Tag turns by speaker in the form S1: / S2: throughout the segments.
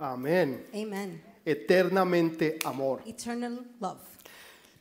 S1: Amén.
S2: Amen.
S1: Eternamente amor.
S2: Eternal love.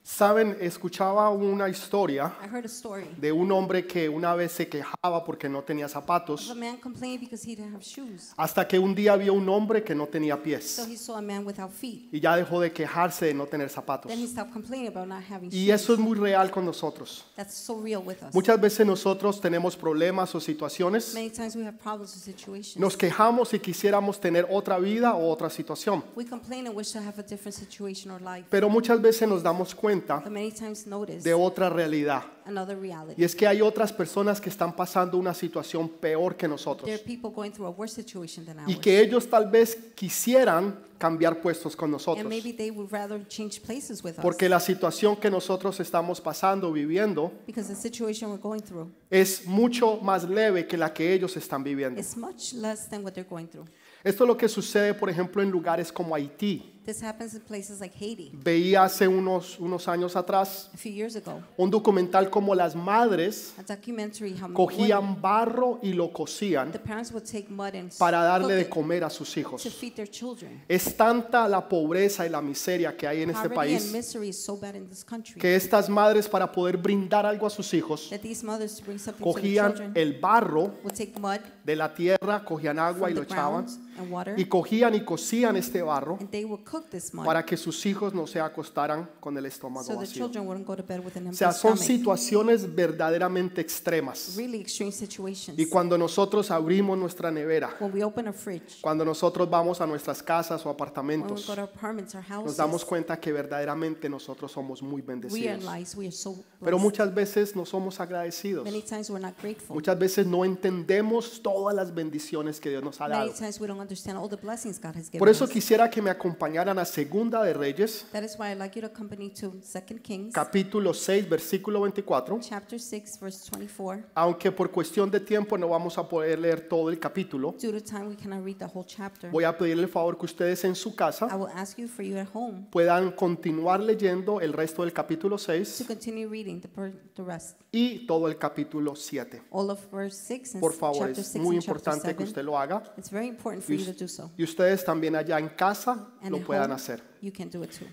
S1: Saben, escuchaba una historia
S2: I heard a story
S1: de un hombre que una vez se quejaba porque no tenía
S2: of a
S1: zapatos,
S2: man complaining because he didn't have shoes.
S1: hasta que un día vio un hombre que no tenía
S2: So
S1: pies
S2: he saw a man without feet.
S1: y ya dejó de quejarse de no tener zapatos.
S2: Then he stopped complaining about not having
S1: Y
S2: shoes.
S1: eso es muy real con nosotros.
S2: That's so real with us.
S1: Muchas veces nosotros tenemos problemas o situaciones,
S2: Many times we have problems or situations.
S1: nos quejamos y quisiéramos tener otra vida o otra situación,
S2: We complain and wish to have a different situation or life.
S1: pero muchas veces nos damos cuenta
S2: But many times notice
S1: de otra realidad.
S2: another reality.
S1: Y es que hay otras personas que están pasando una situación peor que nosotros
S2: There are people going through a worse situation than
S1: y
S2: ours.
S1: que ellos tal vez quisieran cambiar puestos con
S2: And
S1: nosotros.
S2: maybe they would rather change places with us.
S1: Porque la situación que nosotros estamos pasando, viviendo,
S2: Because the situation we're going through
S1: es mucho más leve que la que ellos están viviendo.
S2: is much less than what they're going through.
S1: Esto es lo que sucede, por ejemplo, en lugares como Haití.
S2: This happens in places like Haiti.
S1: Veía hace unos, unos años atrás
S2: A few years ago,
S1: un documental como las madres
S2: a documentary how women-
S1: cogían barro y lo cocían
S2: the parents would take mud and s-
S1: para darle
S2: cook
S1: de
S2: it
S1: comer a sus
S2: to
S1: hijos.
S2: feed their children.
S1: Es tanta la pobreza y la miseria que hay en este
S2: Poverty and
S1: país
S2: misery is so bad in this country
S1: que estas madres para poder brindar algo a sus hijos
S2: that these mothers bring something to their
S1: cogían
S2: children
S1: el barro
S2: would take mud
S1: de la tierra, cogían agua y
S2: from
S1: lo
S2: the
S1: echaban
S2: ground and water
S1: y cogían y cocían este barro
S2: and they would cook this mud
S1: para que sus hijos no se acostaran con el estómago
S2: so the
S1: vacío.
S2: children wouldn't go to bed with an
S1: O
S2: empty
S1: sea, son
S2: stomach.
S1: situaciones verdaderamente extremas.
S2: Really extreme situations.
S1: Y cuando nosotros abrimos nuestra nevera,
S2: when we open a fridge,
S1: cuando nosotros vamos a nuestras casas o
S2: when we
S1: apartamentos,
S2: go to apartments or
S1: nos
S2: houses,
S1: damos cuenta que verdaderamente nosotros somos muy
S2: we
S1: bendecidos.
S2: realize we are so
S1: Pero
S2: blessed.
S1: muchas veces no somos agradecidos.
S2: Many times we're not grateful.
S1: Muchas veces no entendemos todas las bendiciones que Dios nos ha
S2: Many
S1: dado.
S2: times we don't understand all the blessings God has given
S1: Por eso
S2: us.
S1: quisiera que me acompañaran a Segunda de Reyes,
S2: That is why I'd like you to accompany to 2 Kings
S1: capítulo 6, versículo 24.
S2: chapter 6 verse 24.
S1: Aunque por cuestión de tiempo no vamos a poder leer todo el capítulo,
S2: Due to time we cannot read the whole chapter.
S1: voy a pedirle el favor que ustedes en su
S2: I
S1: casa
S2: will ask you for you at home
S1: puedan continuar leyendo el resto del capítulo
S2: to
S1: 6
S2: continue reading the, per- the rest.
S1: y todo el capítulo 7.
S2: All of verse 6 and
S1: Por favor,
S2: Pues, chapter
S1: es
S2: 6
S1: muy
S2: and chapter
S1: importante que
S2: 7.
S1: usted lo haga
S2: It's very important for
S1: y,
S2: you to
S1: us-
S2: do so.
S1: y ustedes también allá en casa
S2: And
S1: lo
S2: at
S1: puedan
S2: home,
S1: hacer.
S2: You can do it too.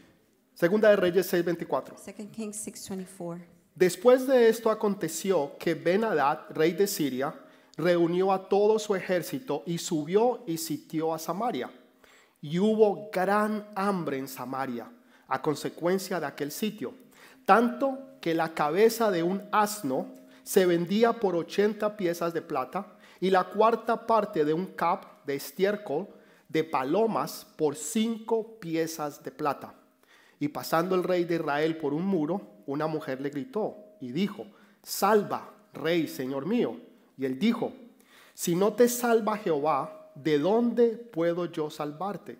S1: Segunda de Reyes 6:24.
S2: 2 Kings 6:24.
S1: Después de esto aconteció que Ben-Hadad, rey de Siria, reunió a todo su ejército y subió y sitió a Samaria. Y hubo gran hambre en Samaria a consecuencia de aquel sitio, tanto que la cabeza de un asno se vendía por 80 piezas de plata y la cuarta parte de un cap de estiércol de palomas por cinco piezas de plata. Y pasando el rey de Israel por un muro, una mujer le gritó y dijo, Salva, rey, señor mío. Y él dijo, Si no te salva Jehová, ¿de dónde puedo yo salvarte?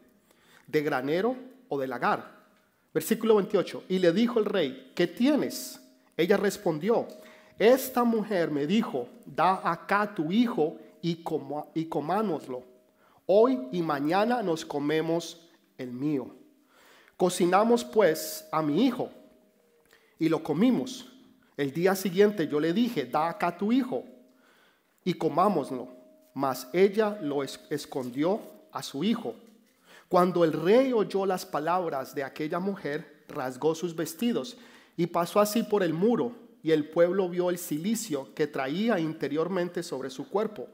S1: ¿De granero o de lagar? Versículo 28. Y le dijo el rey, ¿qué tienes? Ella respondió, Esta mujer me dijo, Da acá tu hijo y, coma- y cománoslo. Hoy y mañana nos comemos el mío. Cocinamos pues a mi hijo y lo comimos. El día siguiente yo le dije, da acá tu hijo y comámoslo. Mas ella lo es- escondió a su hijo. Cuando el rey oyó las palabras de aquella mujer, rasgó sus vestidos y pasó así por el muro, y el pueblo vio el cilicio que traía interiormente sobre su cuerpo.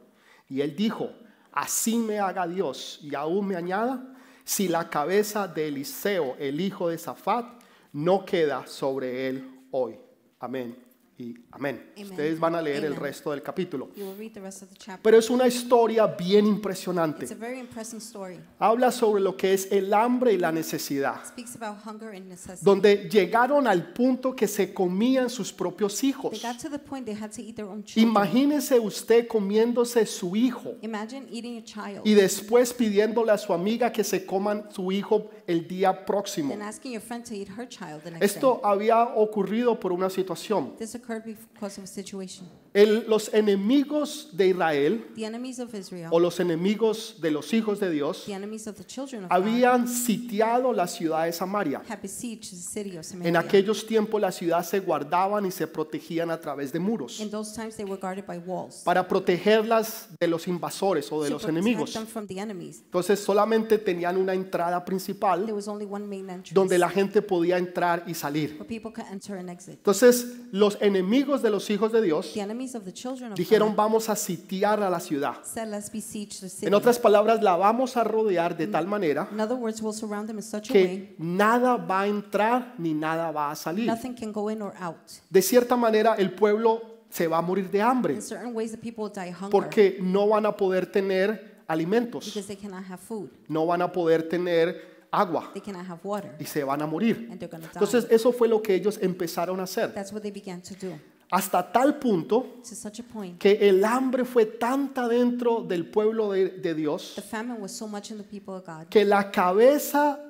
S1: Y él dijo, así me haga Dios y aún me añada, si la cabeza de Eliseo, el hijo de Zafat, no queda sobre él hoy. Amén y amén.
S2: Amén.
S1: Ustedes van a leer el
S2: Amén.
S1: resto del capítulo.
S2: You will read the rest of the chapter.
S1: Pero es una historia bien impresionante.
S2: It's a very impressive story.
S1: Habla sobre lo que es el hambre y la necesidad,
S2: Speaks about hunger and necessity.
S1: donde llegaron al punto que se comían sus propios
S2: They
S1: hijos.
S2: got to the point they had to eat their own children.
S1: Imagínese usted comiéndose su hijo
S2: Imagine eating a child.
S1: y después pidiéndole a su amiga que se coman su hijo el día próximo.
S2: Then asking your friend to eat her child the next day.
S1: Esto había ocurrido por una situación.
S2: This occurred because of a situation.
S1: El- los enemigos de Israel
S2: The enemies of Israel,
S1: o los enemigos de los hijos de Dios
S2: the enemies of the children of God,
S1: habían sitiado la ciudad de Samaria.
S2: had besieged the city of
S1: En
S2: Samaria.
S1: aquellos tiempos la ciudad se guardaban y se protegían a través de muros
S2: In those times, they were guarded by walls
S1: para protegerlas de los invasores o de
S2: to
S1: los
S2: protect
S1: enemigos.
S2: them from the enemies.
S1: Entonces solamente tenían una entrada
S2: There
S1: principal
S2: was only one main entrance
S1: donde la gente podía entrar y salir.
S2: where people could enter and exit.
S1: Entonces los enemigos de los hijos de Dios
S2: The enemies of the children of
S1: dijeron
S2: God
S1: vamos a sitiar a la ciudad.
S2: said, "Let's besiege the city."
S1: En otras palabras, la vamos a rodear de tal manera
S2: In other words, we'll surround them in such a way
S1: que nada va a entrar ni nada va a salir.
S2: nothing can go in or out.
S1: De cierta manera, el pueblo se va a morir de hambre
S2: In certain ways, the people will die hunger
S1: porque no van a poder tener alimentos,
S2: because they cannot have food,
S1: no van a poder tener agua
S2: they cannot have water,
S1: y se van a morir.
S2: and they're going to die.
S1: Entonces, eso fue lo que ellos empezaron a hacer.
S2: That's what they began to do
S1: Hasta tal punto
S2: to such a point.
S1: que el hambre fue tanta dentro del pueblo de, de Dios
S2: The famine was so much in the people of God.
S1: que la cabeza,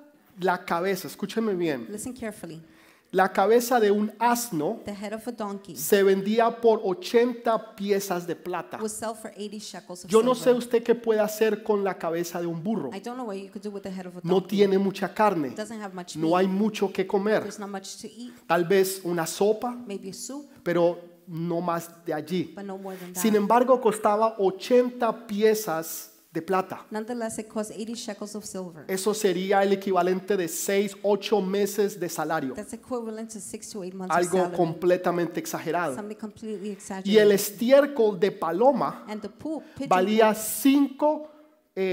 S1: la cabeza, escúcheme bien,
S2: Listen carefully.
S1: la cabeza de un asno
S2: The head of a donkey
S1: se vendía por 80 piezas de plata.
S2: was sell for 80 shekels of
S1: Yo no sé
S2: silver.
S1: usted qué puede hacer con la cabeza de un burro.
S2: I don't know what you could do with the head of a
S1: No
S2: donkey.
S1: tiene mucha carne.
S2: It doesn't have much
S1: No hay
S2: meat.
S1: mucho que comer.
S2: There's not much to eat.
S1: Tal vez una sopa,
S2: Maybe soup,
S1: pero no más de allí.
S2: but no more than that.
S1: Sin embargo, costaba 80 piezas de plata.
S2: Nonetheless, it cost 80 shekels of silver.
S1: Eso sería el equivalente de 6, 8 meses de salario.
S2: That's equivalent to six to eight months of
S1: Algo
S2: salary.
S1: completamente exagerado.
S2: Something
S1: Y
S2: completely
S1: el
S2: exaggerated.
S1: estiércol de paloma
S2: And the poop pigeon
S1: valía 5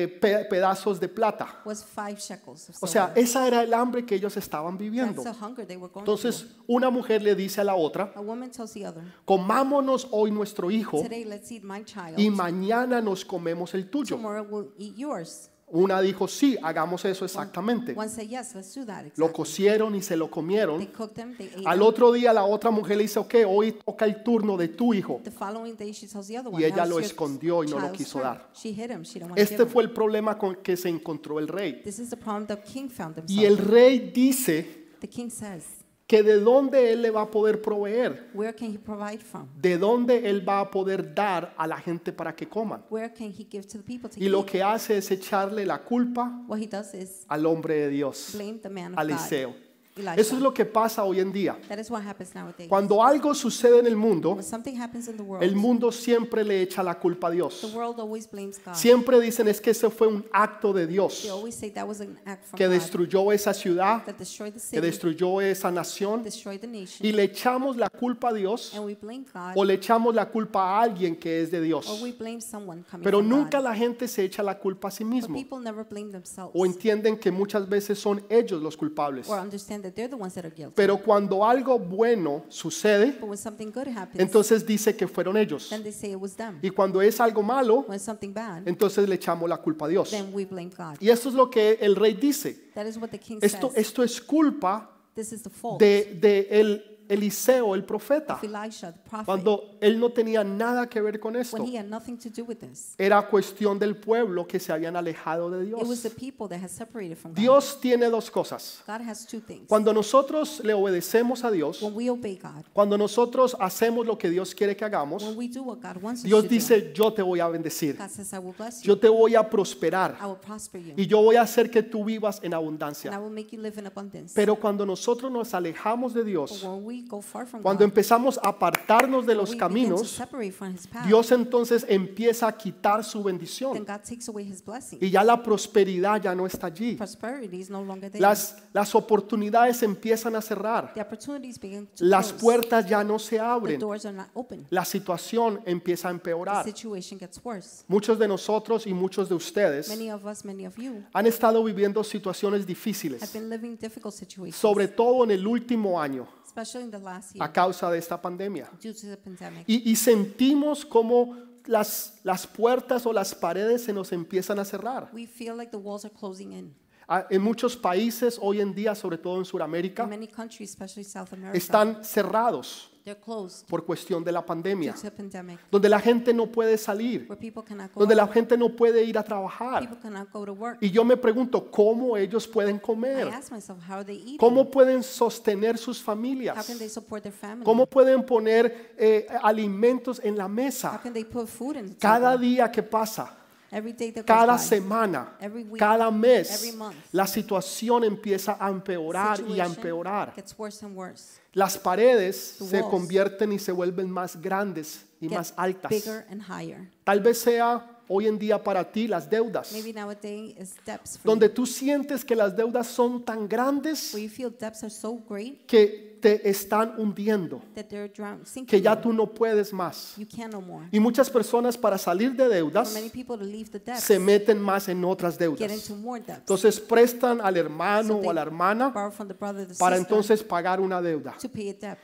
S1: pedazos de plata.
S2: poop was five shekels of
S1: O
S2: silver.
S1: sea, esa era el hambre que ellos estaban viviendo.
S2: That's the hunger they were going
S1: Entonces, una mujer le dice a la otra,
S2: through. A woman tells the other,
S1: comámonos hoy nuestro hijo
S2: today let's eat my child.
S1: y mañana nos comemos el tuyo.
S2: Tomorrow we'll eat yours.
S1: Una dijo, sí, hagamos eso exactamente.
S2: One said, yes, let's do that.
S1: Lo
S2: Exactly.
S1: cocieron y se lo
S2: They
S1: comieron.
S2: cooked them, they ate
S1: Al
S2: them.
S1: otro día la otra mujer le dice, ok, hoy toca el turno de tu hijo.
S2: The following day she tells the other
S1: Y
S2: one,
S1: ella
S2: "Now
S1: lo
S2: it's your
S1: escondió y no lo
S2: child's
S1: quiso
S2: turn."
S1: dar.
S2: She hid him. She didn't want to
S1: Este
S2: give him.
S1: fue el problema con que se encontró el rey.
S2: This is the problem the king found himself.
S1: Y el rey dice
S2: The king says,
S1: que de dónde él le va a poder proveer,
S2: where can he provide from?
S1: de dónde él va a poder dar a la gente para que coman.
S2: Where can he give to the people to
S1: Y lo
S2: eat?
S1: que hace es echarle la culpa
S2: What he does is
S1: al hombre de Dios,
S2: blame the man of
S1: al
S2: God.
S1: Eliseo.
S2: Elisha.
S1: Eso es lo que pasa hoy en día.
S2: That is what happens nowadays.
S1: Cuando algo sucede en el mundo,
S2: When something happens in the world,
S1: el mundo siempre le echa la culpa a
S2: the
S1: Dios.
S2: world always blames God.
S1: Siempre dicen es que ese fue un acto de
S2: They
S1: Dios
S2: always say that was an act from
S1: que
S2: God
S1: destruyó esa ciudad,
S2: that destroyed the
S1: que
S2: city,
S1: destruyó esa nación
S2: destroyed the nation,
S1: y le echamos la culpa a Dios
S2: and we blame God,
S1: o le echamos la culpa a alguien que es de
S2: or
S1: Dios.
S2: we blame someone coming
S1: Pero
S2: from
S1: nunca
S2: God.
S1: la gente se echa la culpa a sí
S2: But
S1: mismo
S2: people never blame themselves,
S1: o entienden que muchas veces son ellos los culpables.
S2: or understand that they're the ones that are guilty.
S1: Pero cuando algo bueno sucede,
S2: but when something good happens,
S1: entonces dice que fueron ellos.
S2: then they say it was them.
S1: Y cuando es algo malo,
S2: When something bad,
S1: entonces le echamos la culpa a Dios.
S2: then we blame God.
S1: Y esto es lo que el rey dice.
S2: That is what the king
S1: Esto,
S2: says.
S1: esto es culpa
S2: This is the fault
S1: de, de el- Eliseo, el profeta,
S2: of Elisha, the prophet,
S1: cuando él no tenía nada que ver con
S2: when
S1: esto.
S2: he had nothing to do with this.
S1: Era cuestión del pueblo que se habían alejado de
S2: It was
S1: Dios.
S2: the people that had separated from God.
S1: Dios tiene dos cosas.
S2: God has two things.
S1: Cuando nosotros le obedecemos a Dios,
S2: When we obey God,
S1: cuando nosotros hacemos lo que Dios quiere que hagamos,
S2: when we do what God wants us
S1: Dios
S2: to do,
S1: dice, yo te voy a bendecir,
S2: God says, I will bless you.
S1: yo te voy a prosperar
S2: I will prosper you.
S1: y yo voy a hacer que tú vivas en
S2: And I
S1: abundancia.
S2: will make you live in abundance.
S1: Pero cuando nosotros nos alejamos de
S2: but
S1: Dios,
S2: when we go far from
S1: cuando
S2: God,
S1: empezamos a apartarnos de
S2: when
S1: los
S2: we begin to
S1: caminos,
S2: separate from his path,
S1: Dios entonces empieza a quitar su
S2: then
S1: bendición
S2: God takes away his blessing.
S1: y ya la prosperidad ya no está allí.
S2: Prosperity is no longer there.
S1: Las, las oportunidades empiezan a cerrar,
S2: the opportunities begin to
S1: las
S2: close.
S1: puertas ya no se
S2: the
S1: abren,
S2: doors are not open.
S1: la situación empieza a
S2: The
S1: empeorar.
S2: situation gets worse.
S1: Muchos de nosotros y muchos de ustedes
S2: Many of us, many of you,
S1: han estado viviendo situaciones
S2: have
S1: difíciles,
S2: been living difficult situations,
S1: sobre todo en el último año,
S2: especially in the last year
S1: a causa de esta pandemia.
S2: due to the pandemic.
S1: Y, y sentimos como las, las puertas o las paredes se nos empiezan a cerrar.
S2: We feel like the walls are closing in.
S1: Ah, En muchos países hoy en día, sobre todo en
S2: In
S1: Sudamérica,
S2: many countries, especially South America,
S1: están cerrados
S2: they're closed
S1: por cuestión de la
S2: due
S1: pandemia,
S2: to the pandemic,
S1: donde la gente no puede salir,
S2: where people cannot go,
S1: donde la
S2: out,
S1: gente no puede ir a trabajar.
S2: people cannot go to work.
S1: Y yo me pregunto, ¿cómo ellos pueden
S2: I
S1: comer?
S2: ask myself, how are they eating?
S1: ¿Cómo pueden sostener sus
S2: how can they
S1: familias?
S2: support their family?
S1: ¿Cómo pueden poner eh, alimentos en la
S2: how
S1: mesa?
S2: can they put food in the
S1: Cada
S2: table?
S1: día que pasa,
S2: Every day that goes
S1: cada
S2: by,
S1: semana,
S2: Every week,
S1: cada mes,
S2: every month.
S1: la situación empieza a empeorar y a
S2: situation
S1: empeorar.
S2: Gets worse and worse.
S1: Las paredes se
S2: walls
S1: convierten y se vuelven más grandes y
S2: Get
S1: más altas.
S2: Bigger and higher.
S1: Tal vez sea hoy en día para ti las deudas,
S2: Maybe nowadays it's depths for
S1: donde
S2: you,
S1: tú sientes que las deudas son tan grandes
S2: where you feel depths are so great
S1: que te están hundiendo,
S2: that they're drowned, sinking.
S1: que ya
S2: you.
S1: tú no puedes más.
S2: you can no more.
S1: Y muchas personas para salir de
S2: For
S1: deudas
S2: many people to leave the depths,
S1: se meten más en otras
S2: get
S1: deudas.
S2: into more depths,
S1: Entonces prestan al hermano
S2: So they
S1: o a la hermana
S2: borrow from the brother, the
S1: para
S2: sister,
S1: entonces pagar una deuda.
S2: to pay a debt.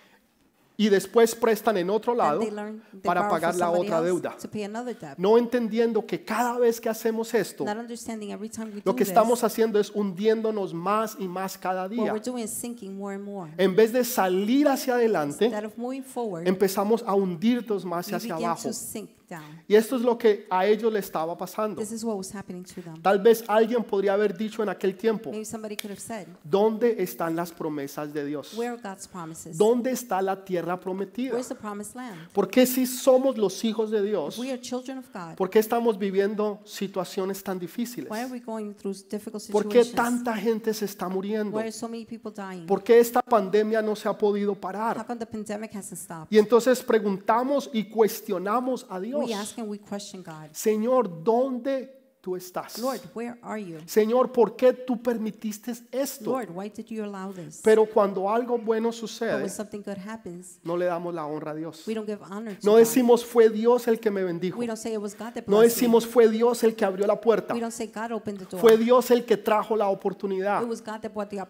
S1: Y después prestan en otro
S2: Then
S1: lado
S2: they learn they
S1: para
S2: borrow from
S1: pagar la
S2: somebody
S1: otra
S2: else
S1: deuda.
S2: to pay another debt.
S1: No entendiendo que cada vez que hacemos esto,
S2: Not understanding every time we
S1: lo
S2: do
S1: que
S2: this,
S1: estamos haciendo es hundiéndonos más y más cada
S2: what
S1: día.
S2: we're doing is sinking more and more.
S1: En vez de salir hacia adelante,
S2: Instead of moving forward,
S1: empezamos a hundirnos más
S2: we
S1: hacia
S2: begin
S1: abajo.
S2: to sink down.
S1: Y esto es lo que a ellos le estaba pasando.
S2: This is what was happening to them.
S1: Tal vez alguien podría haber dicho en aquel tiempo,
S2: Maybe somebody could have said,
S1: ¿dónde están las promesas de Dios?
S2: Where are God's promises?
S1: ¿Dónde está la tierra prometida?
S2: Where's the promised land?
S1: Porque si somos los hijos de Dios,
S2: We are children of God.
S1: ¿por qué estamos viviendo situaciones tan difíciles?
S2: Why are we going through difficult
S1: ¿Por qué
S2: situations?
S1: tanta gente se está muriendo?
S2: Why are so many people dying?
S1: ¿Por qué esta pandemia no se ha podido
S2: How
S1: parar?
S2: come the pandemic hasn't stopped?
S1: Y entonces preguntamos y cuestionamos a
S2: We ask
S1: Dios,
S2: and we question God.
S1: Señor, ¿dónde tú estás?
S2: Lord, where are you?
S1: Señor, ¿por qué tú permitiste esto?
S2: Lord, why did you allow this?
S1: Pero eh, cuando algo bueno
S2: But when
S1: sucede,
S2: something good happens,
S1: no le damos la honra a Dios.
S2: we don't give honor to
S1: No
S2: God.
S1: decimos fue Dios el que me bendijo.
S2: We don't say it was God that
S1: No
S2: blessed me.
S1: decimos fue Dios el que abrió la puerta.
S2: We don't say God opened the door.
S1: Fue Dios el que trajo la oportunidad.
S2: It was God that brought the
S1: Fue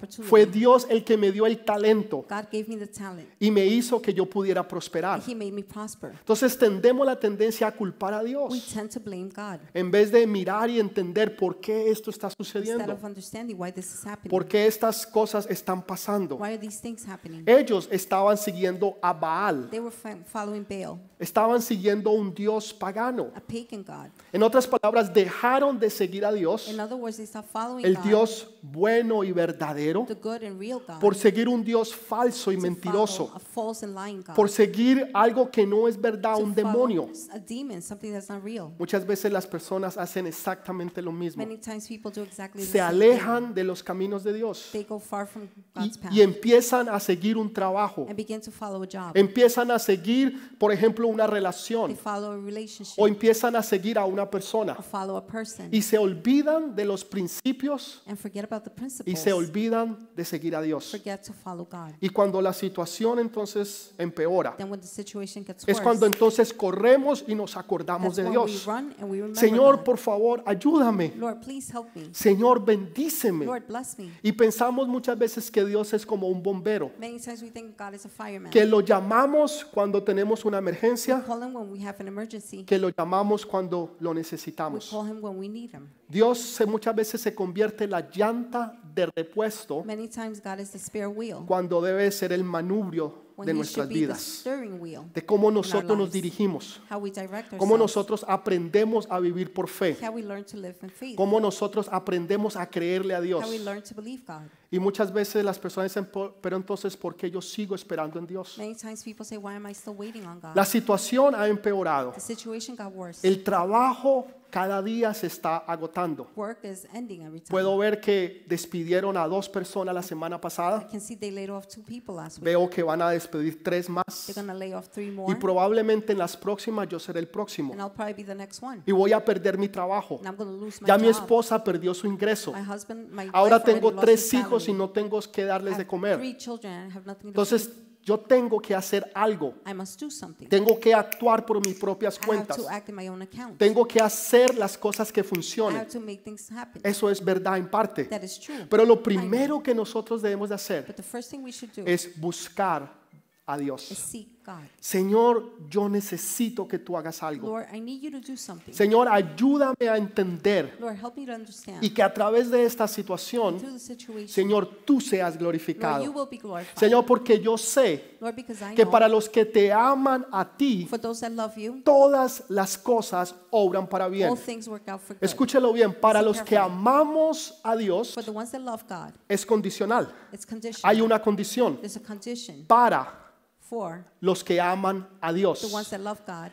S2: opportunity.
S1: Dios el que me dio el talento
S2: God gave me the talent.
S1: y me hizo que yo pudiera prosperar.
S2: He made me prosper.
S1: Entonces tendemos la tendencia a culpar a
S2: We
S1: Dios
S2: tend to blame God.
S1: en vez de mirar y entender por qué esto está
S2: instead
S1: sucediendo,
S2: of understanding why this is happening.
S1: por qué estas cosas están pasando.
S2: Why are these things happening?
S1: Ellos estaban siguiendo a Baal,
S2: They were fo- following Baal,
S1: estaban siguiendo a un dios pagano.
S2: a pagan god.
S1: En otras palabras, dejaron de seguir a Dios,
S2: In other words, they stopped following
S1: el
S2: God,
S1: Dios bueno y verdadero,
S2: the good and real God,
S1: por seguir un Dios falso y
S2: to follow
S1: mentiroso,
S2: a false and lying God,
S1: por seguir algo que no es verdad,
S2: to
S1: un
S2: follow
S1: demonio.
S2: a demon, something that's not real.
S1: Muchas veces las personas hacen exactamente lo mismo.
S2: Many times people do exactly the
S1: Se
S2: same thing.
S1: alejan de los caminos de Dios
S2: They go far from
S1: y,
S2: God's path
S1: y empiezan a seguir un trabajo,
S2: and begin to follow a job.
S1: empiezan a seguir, por ejemplo, una
S2: They
S1: relación
S2: follow a relationship
S1: o empiezan a seguir a una persona
S2: or follow a person
S1: y se olvidan de los principios
S2: and forget about the principles.
S1: y se olvidan de seguir a Dios.
S2: forget to follow God.
S1: Y cuando la situación entonces empeora,
S2: Then when the situation gets
S1: es
S2: worse,
S1: cuando entonces corremos y nos acordamos
S2: that's
S1: de
S2: when we
S1: Dios.
S2: run and we remember
S1: Señor,
S2: God.
S1: por favor, ayúdame.
S2: Lord, please help me.
S1: Señor, bendíceme.
S2: Lord, bless me.
S1: Y pensamos muchas veces que Dios es como un bombero,
S2: Many times we think God is a fireman.
S1: que lo llamamos cuando tenemos una
S2: We
S1: emergencia,
S2: call him when we have an emergency.
S1: que lo llamamos cuando lo
S2: We
S1: necesitamos.
S2: call him when we need him.
S1: Dios se- muchas veces se convierte en la llanta de repuesto
S2: Many times God is the spare wheel
S1: cuando debe ser el manubrio
S2: when
S1: de
S2: he
S1: nuestras
S2: should be the
S1: vidas,
S2: steering wheel.
S1: de cómo nosotros nos
S2: lives.
S1: dirigimos,
S2: How we direct
S1: cómo
S2: ourselves.
S1: nosotros aprendemos a vivir por fe,
S2: How we learn to live in faith.
S1: cómo nosotros aprendemos a creerle a Dios.
S2: How we learn to believe God.
S1: Y muchas veces las personas dicen, "Po- pero entonces, ¿por qué yo sigo esperando en Dios?
S2: Many times people say, Why am I still waiting on God?
S1: La situación ha empeorado.
S2: The situation got worse.
S1: El trabajo cada día se está agotando.
S2: Work is ending every time.
S1: Puedo ver que despidieron a dos personas la semana
S2: I
S1: pasada.
S2: can see they laid off two people last week.
S1: Veo que van a despedir tres
S2: They're
S1: más.
S2: going to lay off three
S1: Y
S2: more,
S1: probablemente en las próximas yo seré el próximo.
S2: and I'll probably be the next one.
S1: Y voy a perder mi trabajo.
S2: And I'm going to lose my
S1: Ya mi
S2: job.
S1: esposa perdió su ingreso.
S2: My husband, my
S1: Ahora
S2: wife already
S1: tengo
S2: lost
S1: tres
S2: his
S1: hijos y
S2: salary.
S1: no tengo que
S2: I
S1: darles de
S2: have
S1: comer.
S2: Three children and I have nothing to
S1: Entonces
S2: feed.
S1: yo tengo que hacer algo.
S2: I must do something.
S1: Tengo que actuar por mis propias
S2: I have
S1: cuentas.
S2: to act in my own account.
S1: Tengo que hacer las cosas que
S2: I
S1: funcionen.
S2: have to make things happen.
S1: Eso es verdad en parte.
S2: That is true.
S1: Pero lo primero que nosotros debemos de hacer
S2: But the first thing we should do
S1: es buscar a
S2: is
S1: Dios.
S2: seek God.
S1: Señor, yo necesito que tú hagas algo.
S2: Lord, I need you to do something.
S1: Señor, ayúdame a entender
S2: Lord, help me to understand.
S1: y que a través de esta situación,
S2: Through the situation,
S1: Señor, tú seas
S2: Lord, you
S1: glorificado.
S2: will be glorified.
S1: Señor, porque yo sé
S2: Lord, because I
S1: que
S2: know
S1: para los que te aman a ti,
S2: for those that love you,
S1: todas las cosas obran para bien.
S2: all things work out for good.
S1: Escúchelo bien, para los que amamos a Dios
S2: For the ones that love God,
S1: es condicional.
S2: it's conditional.
S1: Hay una condición
S2: There's a condition
S1: para
S2: for
S1: los que aman a
S2: the ones
S1: Dios.
S2: that love God.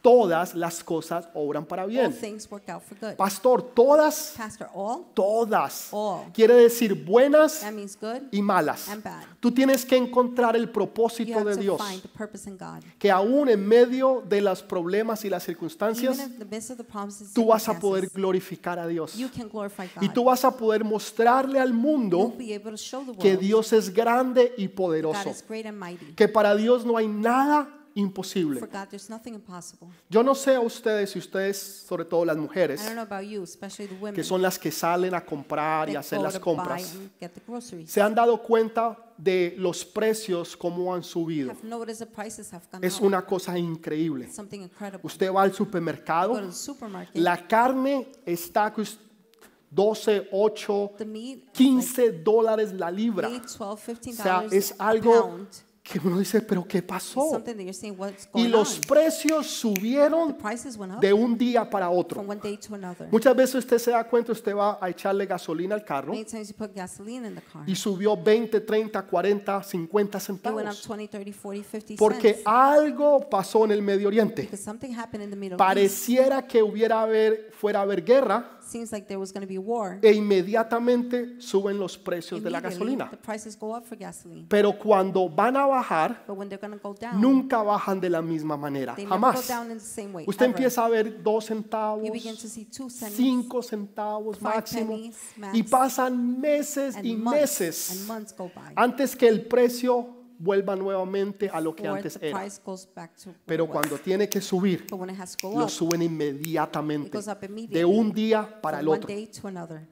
S1: Todas las cosas obran para
S2: All
S1: bien.
S2: things work out for good.
S1: Pastor, todas,
S2: Pastor, all
S1: todas.
S2: All.
S1: Quiere decir buenas
S2: that means good.
S1: y malas.
S2: And bad.
S1: Tú tienes que encontrar el
S2: You
S1: propósito
S2: have
S1: de
S2: to
S1: Dios.
S2: find the purpose in God.
S1: Que aún en medio de los problemas y las circunstancias,
S2: Even in the midst of the promises,
S1: tú vas a poder glorificar a Dios.
S2: you can glorify God.
S1: Y tú vas a poder mostrarle al
S2: You'll
S1: mundo
S2: be able to show the world
S1: que Dios es grande y
S2: God
S1: poderoso.
S2: is great and mighty.
S1: Que para Dios no hay nada
S2: For
S1: imposible.
S2: God, there's nothing impossible.
S1: Yo no sé a ustedes, si ustedes, sobre todo las
S2: I don't
S1: mujeres,
S2: know about you, especially the women
S1: que son las que salen a comprar
S2: that
S1: y hacer
S2: go
S1: las
S2: to buy
S1: compras,
S2: and get the groceries.
S1: se han dado cuenta de los precios cómo han subido.
S2: Have noticed the prices have gone
S1: Es
S2: up.
S1: una cosa increíble.
S2: Something incredible.
S1: Usted va al
S2: Go to
S1: supermercado,
S2: the supermarket.
S1: la carne está que us- 12, 8,
S2: the meat, like
S1: 15 dólares la libra.
S2: eight, twelve, fifteen
S1: O sea,
S2: dollars
S1: es
S2: a
S1: algo
S2: pound. It's
S1: que uno dice, pero ¿qué pasó?
S2: Something that you're saying, what's
S1: Y
S2: going
S1: los
S2: on?
S1: precios
S2: The
S1: subieron
S2: prices went up
S1: de un día para
S2: from
S1: otro.
S2: one day to another.
S1: Muchas veces usted se da cuenta, usted va a echarle gasolina al carro
S2: Many times you put gasoline in the car.
S1: y subió 20, 30, 40, 50
S2: It went up
S1: centavos.
S2: 20, 30, 40, 50
S1: Porque
S2: cents.
S1: algo pasó en el Medio Oriente.
S2: Because something happened in the Middle East.
S1: Pareciera que hubiera haber, fuera a haber guerra
S2: Seems like there was going to be war.
S1: e inmediatamente suben los precios de la
S2: Immediately,
S1: gasolina.
S2: The prices go up for gasoline.
S1: Pero cuando van a bajar,
S2: But when they're going to go down,
S1: nunca bajan de la misma manera.
S2: Ah. they never go
S1: Jamás.
S2: down in the same way.
S1: Usted
S2: ever.
S1: empieza a ver dos
S2: you
S1: centavos,
S2: begin to see two cents,
S1: cinco centavos
S2: five
S1: máximo,
S2: pennies max,
S1: y pasan meses
S2: and
S1: y
S2: months, and
S1: meses
S2: months go by.
S1: antes que el precio vuelva nuevamente a lo que
S2: before
S1: antes
S2: the
S1: era.
S2: price goes back to what
S1: Pero
S2: it was.
S1: cuando tiene que subir,
S2: But when it has to go
S1: lo
S2: up
S1: suben inmediatamente,
S2: It goes up
S1: de un día para
S2: from
S1: el
S2: one
S1: otro.
S2: day to another.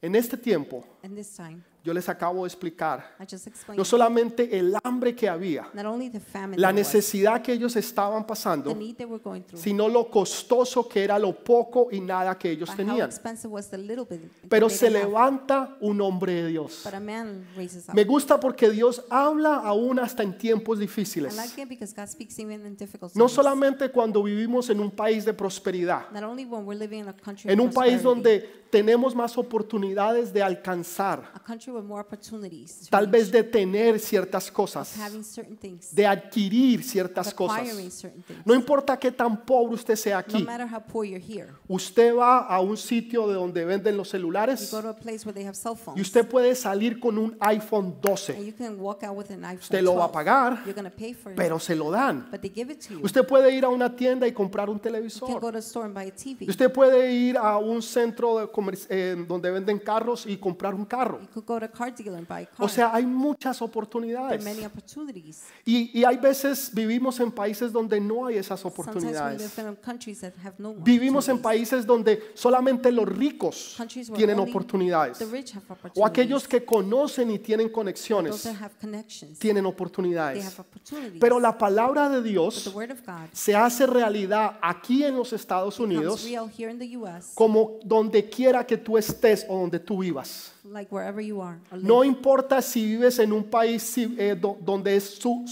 S1: En este tiempo,
S2: And this time,
S1: yo les acabo de explicar
S2: I just explained
S1: no solamente el hambre que había,
S2: not only the famine,
S1: la
S2: there was,
S1: necesidad que ellos estaban
S2: the
S1: pasando,
S2: need they were going through,
S1: sino lo costoso que era lo poco y nada que ellos
S2: but how
S1: tenían.
S2: expensive was the little bit. that
S1: Pero
S2: they
S1: se
S2: didn't have.
S1: levanta un hombre de Dios.
S2: But a man raises up.
S1: Me gusta porque Dios habla aún hasta en tiempos
S2: I like
S1: difíciles.
S2: it because God speaks even in difficult
S1: No
S2: times.
S1: solamente cuando vivimos en un país de prosperidad,
S2: Not only when we're living in a country
S1: en
S2: of
S1: un país
S2: prosperity,
S1: donde tenemos más oportunidades de alcanzar,
S2: a country with more opportunities, to
S1: tal
S2: reach,
S1: vez de tener ciertas
S2: of
S1: cosas,
S2: having certain things,
S1: de adquirir
S2: of
S1: ciertas cosas.
S2: acquiring certain things.
S1: No importa qué tan pobre usted sea
S2: No
S1: aquí,
S2: matter how poor you're here,
S1: usted va a un sitio de donde venden los celulares
S2: go to a place where they have cell
S1: Y
S2: phones,
S1: usted puede salir con un iPhone
S2: and
S1: 12,
S2: you can walk out with an iPhone.
S1: Usted lo va a
S2: 12.
S1: pagar,
S2: You're gonna pay for it,
S1: pero se lo dan.
S2: but they give it to you.
S1: Usted puede ir a una tienda y comprar un
S2: You can
S1: televisor.
S2: go to a store and buy a TV.
S1: Y Usted puede ir a un centro de comer- eh, donde venden carros y comprar un carro.
S2: You could go to a car dealer and buy a car.
S1: O sea, hay muchas
S2: there are many
S1: oportunidades.
S2: opportunities.
S1: Y, y hay veces vivimos en países donde no hay esas
S2: Sometimes we live
S1: oportunidades.
S2: in countries that have no
S1: Vivimos en
S2: opportunities.
S1: países donde solamente los ricos
S2: Countries where
S1: tienen
S2: only
S1: oportunidades.
S2: The rich have opportunities.
S1: O aquellos que conocen y tienen
S2: Those
S1: conexiones
S2: that have connections.
S1: tienen
S2: They
S1: oportunidades.
S2: have opportunities.
S1: Pero la palabra de
S2: But the
S1: Dios
S2: word of God
S1: se hace realidad aquí en los Estados
S2: comes
S1: Unidos
S2: real here in the U.S.
S1: como donde quiera que tú estés o donde tú vivas.
S2: like wherever you are. or
S1: No
S2: live.
S1: importa si vives en un país si- eh, do- donde es su-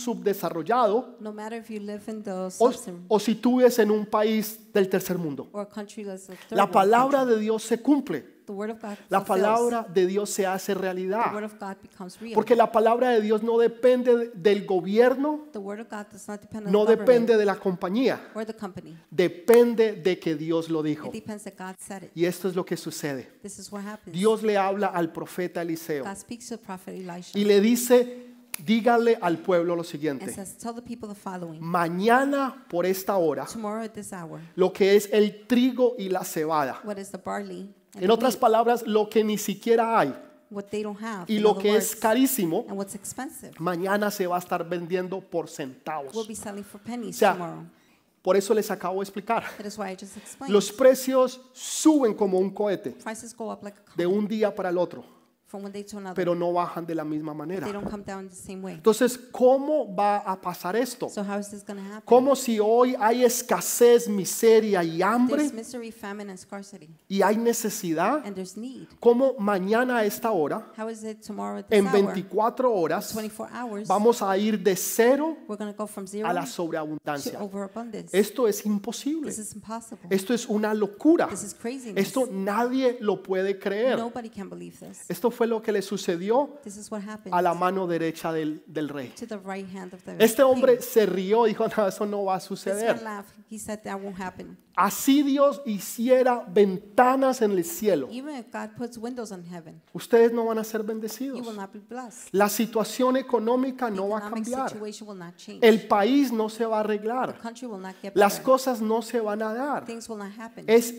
S1: subdesarrollado
S2: no matter if you live in the
S1: o,
S2: subsum
S1: o si tú vives en un país del tercer mundo.
S2: or a country that's a third
S1: La
S2: world
S1: palabra
S2: country.
S1: de Dios se cumple.
S2: the word of God
S1: La
S2: fulfills.
S1: palabra de Dios se hace
S2: the word
S1: realidad.
S2: of God becomes real.
S1: Porque la palabra de Dios no depende de- del gobierno,
S2: the word of God does not depend on
S1: no
S2: the
S1: depende
S2: government
S1: de la compañía.
S2: or the company.
S1: Depende de que Dios lo dijo.
S2: It depends that God said it.
S1: Y esto es lo que sucede.
S2: This is what happens.
S1: Dios le habla al profeta Eliseo
S2: God speaks to the prophet Elisha
S1: y le dice, dígale al pueblo lo
S2: and
S1: siguiente,
S2: says, Tell the people the following.
S1: mañana por esta hora,
S2: Tomorrow at this hour,
S1: lo que es el trigo y la cebada,
S2: what is the barley? And
S1: en
S2: the
S1: otras
S2: wheat,
S1: palabras, lo que ni siquiera hay
S2: what they don't have.
S1: y
S2: in
S1: lo
S2: other
S1: que es
S2: words,
S1: carísimo,
S2: and what's expensive
S1: mañana se va a estar vendiendo por
S2: will
S1: centavos.
S2: be selling for pennies
S1: O sea,
S2: tomorrow.
S1: Por eso les acabo de explicar.
S2: That is why I just explained.
S1: Los precios suben como un cohete
S2: Prices go up like a
S1: de un día para el otro.
S2: from one day to another.
S1: pero no bajan de la misma
S2: They
S1: manera.
S2: don't come down the same way.
S1: Entonces, ¿cómo va a pasar esto?
S2: So how is this going to happen?
S1: ¿Cómo si hoy hay escasez, miseria y hambre
S2: There's misery, famine, and scarcity,
S1: y hay necesidad?
S2: and there's need.
S1: ¿Cómo mañana a esta hora,
S2: How is it tomorrow at this
S1: en
S2: hour?
S1: 24 horas,
S2: 24 hours.
S1: vamos a ir de cero
S2: We're going to go from zero
S1: a la
S2: to
S1: sobreabundancia?
S2: overabundance.
S1: Esto es imposible.
S2: This is impossible.
S1: Esto es una locura.
S2: This is craziness.
S1: Esto nadie lo puede creer.
S2: Nobody can believe this.
S1: Esto fue lo que le sucedió
S2: This is what happened
S1: a la mano derecha del, del rey.
S2: to the right hand of the
S1: Este hombre
S2: king.
S1: se rió, dijo, no, eso no va a
S2: This man
S1: suceder.
S2: laughed. He said that won't happen.
S1: Así Dios hiciera ventanas en el cielo.
S2: Even if God puts windows on heaven,
S1: Ustedes no van a ser
S2: you will
S1: bendecidos.
S2: not be blessed.
S1: La situación económica no va a
S2: Economic
S1: cambiar.
S2: situation will not change.
S1: El país no se va a
S2: the
S1: arreglar.
S2: country will not get
S1: Las
S2: better.
S1: cosas no se van a dar.
S2: Things will not happen.
S1: Es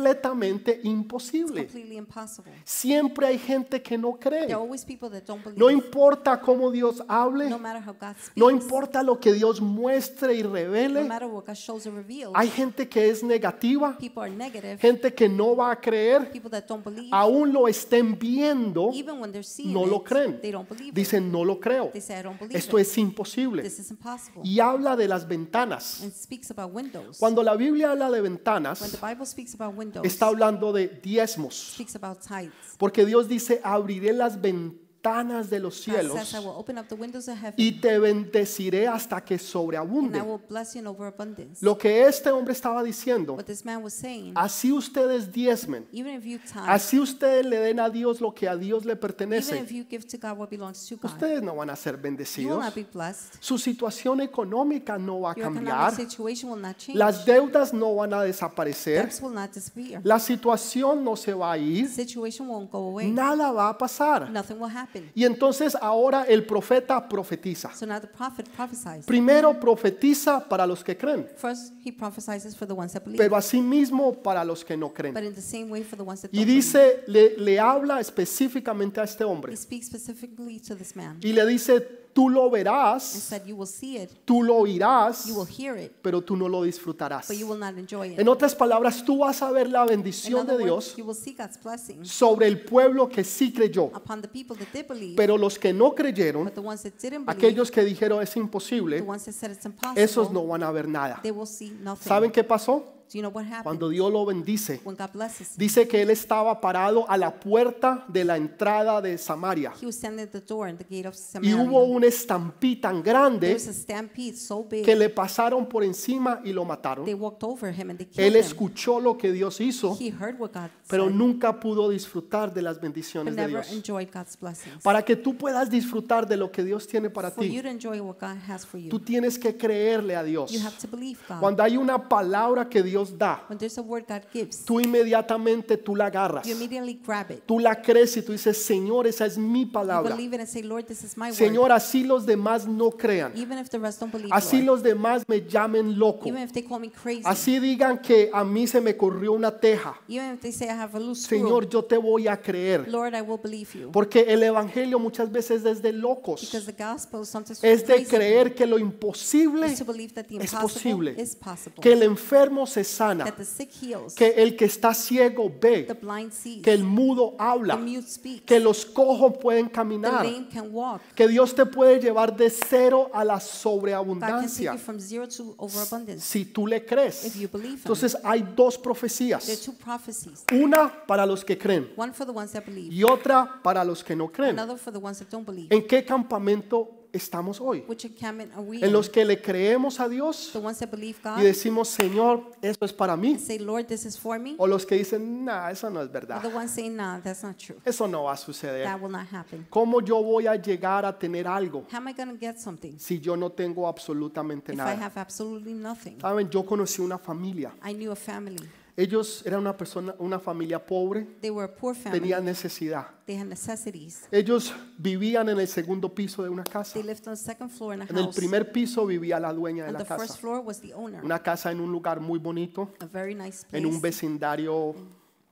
S1: completamente
S2: it's
S1: imposible.
S2: completely impossible.
S1: Siempre hay gente que no cree.
S2: There are always people that don't believe.
S1: No importa cómo Dios hable,
S2: no matter how God speaks.
S1: no importa lo que Dios muestre y
S2: no
S1: revele.
S2: matter what God shows or reveals.
S1: Hay gente que es negativa,
S2: people are negative.
S1: gente que no va a creer,
S2: people that don't believe.
S1: aún lo estén viendo,
S2: even when they're seeing
S1: no lo
S2: it,
S1: creen.
S2: they don't believe it.
S1: Dicen, no lo creo.
S2: They say, I don't believe
S1: Esto
S2: it.
S1: es imposible.
S2: This is impossible.
S1: Y habla de las ventanas.
S2: And speaks about windows.
S1: Cuando la Biblia habla de
S2: when the
S1: ventanas,
S2: Bible speaks about windows,
S1: está hablando de diezmos.
S2: speaks about tithes.
S1: Porque Dios dice, abriré las ventanas de los
S2: God
S1: cielos
S2: says, I will open up the windows of heaven
S1: y te bendeciré hasta que
S2: and I
S1: sobreabunde.
S2: will bless you in overabundance.
S1: Lo que este hombre estaba diciendo,
S2: what this man was saying,
S1: así ustedes diezmen,
S2: even if you tithe,
S1: así ustedes le den a Dios lo que a Dios le
S2: even
S1: pertenece,
S2: if you give to God what belongs to God,
S1: ustedes no van a ser
S2: you will
S1: bendecidos.
S2: not be blessed.
S1: Su situación económica no va a
S2: Your
S1: cambiar.
S2: economic situation will not change.
S1: Las deudas no van a desaparecer.
S2: Debts will not disappear.
S1: La situación no se va a ir.
S2: situation won't go away.
S1: Nada va a pasar.
S2: Nothing will happen.
S1: Y entonces ahora el profeta profetiza.
S2: So now the prophet prophesies.
S1: Primero profetiza para los que creen,
S2: First, he prophesies for the ones that believe,
S1: pero asimismo para los que no creen.
S2: but in the same way for the ones that
S1: Y
S2: don't believe.
S1: dice, le, le habla específicamente a este hombre
S2: He speaks specifically to this man
S1: y le dice, tú lo
S2: and
S1: verás,
S2: said, You will see it,
S1: tú lo oirás,
S2: you will hear it,
S1: pero tú no lo disfrutarás.
S2: but you will not enjoy it.
S1: En otras palabras, tú vas a ver la
S2: In
S1: bendición
S2: other
S1: de
S2: words,
S1: Dios
S2: you will see God's blessing
S1: sobre el pueblo que sí creyó,
S2: upon the people that did believe,
S1: pero los que no creyeron,
S2: but the ones that didn't believe,
S1: aquellos que dijeron es
S2: the
S1: imposible,
S2: ones that said it's
S1: esos
S2: impossible,
S1: no van a ver nada.
S2: they will see nothing.
S1: ¿Saben qué pasó?
S2: Do you know what happened
S1: Cuando Dios lo bendice,
S2: when God blesses?
S1: dice que él estaba parado a la puerta de la entrada de Samaria
S2: He was standing at the door in the gate of
S1: y
S2: Samaria.
S1: hubo un estampí tan
S2: there
S1: grande
S2: was a stampede so big,
S1: que le pasaron por encima y lo mataron.
S2: they walked over him and they killed
S1: Él
S2: him.
S1: escuchó lo que Dios hizo,
S2: He heard what God
S1: pero
S2: said,
S1: nunca pudo disfrutar de las
S2: but
S1: bendiciones de
S2: never
S1: Dios.
S2: enjoyed God's blessings.
S1: Para que tú puedas disfrutar de lo que Dios tiene para
S2: For you
S1: ti,
S2: to enjoy what God has for you,
S1: tú tienes que creerle a Dios.
S2: you have to believe God.
S1: Cuando hay una palabra que Dios da,
S2: When there's a word God gives,
S1: tú inmediatamente tú la agarras.
S2: you immediately grab it.
S1: Tú la crees y tú dices, Señor, esa es mi
S2: You
S1: palabra.
S2: believe it and say, Lord, this is my word.
S1: Señor, así los demás no crean.
S2: Even if the rest don't believe,
S1: Así
S2: Lord.
S1: los demás me llamen loco.
S2: even if they call me crazy,
S1: Así digan que a mí se me corrió una teja.
S2: even if they say I have a loose
S1: Señor,
S2: screw,
S1: yo te voy a creer.
S2: Lord, I will believe you.
S1: Porque el evangelio muchas veces es de
S2: Because
S1: locos.
S2: the gospel is sometimes
S1: Es de
S2: crazy.
S1: creer que lo imposible,
S2: It's to believe that the
S1: es
S2: impossible
S1: posible.
S2: is possible,
S1: que el enfermo se sana,
S2: that the sick heals,
S1: que el que está ciego
S2: the
S1: ve,
S2: blind sees,
S1: que el mudo
S2: the
S1: habla,
S2: mute speaks,
S1: que los cojos pueden
S2: the
S1: caminar,
S2: lame can walk.
S1: que Dios te puede llevar de cero a la
S2: God can take
S1: sobreabundancia
S2: you from zero to overabundance.
S1: si tú le
S2: If
S1: crees.
S2: you believe him,
S1: Entonces hay dos
S2: there are
S1: profecías,
S2: two prophecies.
S1: una para los que creen.
S2: One for the ones that believe,
S1: y otra para los que no creen.
S2: another for the ones that don't believe.
S1: ¿En qué campamento estamos hoy?
S2: Which encampment are we
S1: En
S2: in?
S1: los que le creemos a Dios
S2: The ones that believe
S1: y
S2: God
S1: decimos, Señor, eso es para mí.
S2: and say, Lord, this is for me.
S1: O los que dicen, nah, eso no es
S2: Or the
S1: verdad.
S2: ones saying, nah, that's not true.
S1: Eso no va a suceder.
S2: That will not happen.
S1: ¿Cómo yo voy a llegar a tener algo
S2: How am I going to get something
S1: si yo no tengo absolutamente
S2: if I
S1: nada?
S2: have absolutely nothing?
S1: Saben, yo conocí una familia.
S2: I knew a family.
S1: Ellos eran una persona, una familia pobre,
S2: They were a poor family.
S1: tenían necesidad.
S2: They had necessities.
S1: Ellos vivían en el segundo piso de una casa.
S2: They lived on the second floor in a
S1: En el
S2: house.
S1: primer piso vivía la dueña de
S2: And
S1: la
S2: the
S1: casa.
S2: first floor was the owner.
S1: una casa en un lugar muy bonito,
S2: A very nice
S1: en un
S2: place
S1: vecindario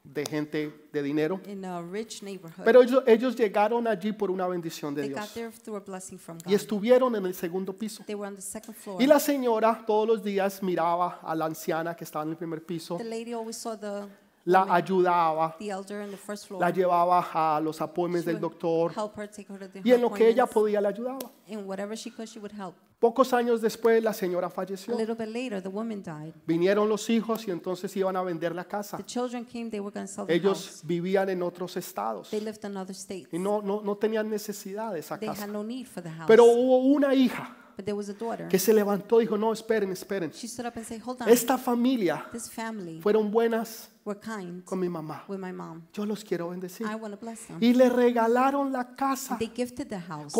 S1: de gente de dinero.
S2: in a rich neighborhood.
S1: Pero ellos, ellos llegaron allí por una bendición de
S2: They got
S1: Dios
S2: there through a blessing from
S1: y
S2: God.
S1: estuvieron en el segundo piso.
S2: They were on the second floor.
S1: Y la señora todos los días miraba a la anciana que estaba en el primer piso,
S2: The lady always saw the
S1: la ayudaba,
S2: the elder in the first floor.
S1: la llevaba a los
S2: She
S1: apoyos del
S2: would
S1: doctor
S2: Help her, take her to the
S1: y en lo que ella
S2: appointments,
S1: podía la ayudaba.
S2: and whatever she could, she would help.
S1: Pocos años después la señora
S2: A
S1: falleció.
S2: little bit later, the woman died.
S1: Vinieron los hijos y entonces iban a vender la casa.
S2: The children came, they were going to sell the
S1: Ah. Ellos
S2: house.
S1: vivían en otros estados
S2: They lived in other states.
S1: y no, no, no tenían necesidad de esa
S2: They had
S1: casa.
S2: no need for the house.
S1: Pero hubo una hija
S2: but there was a daughter.
S1: que se levantó y dijo, no, esperen, esperen.
S2: She stood up and said, Hold on,
S1: Esta familia
S2: this family
S1: fueron buenas
S2: were kind
S1: con mi mamá.
S2: with my mom.
S1: Yo los quiero bendecir.
S2: I want to bless them.
S1: Y le regalaron la casa
S2: They gifted the house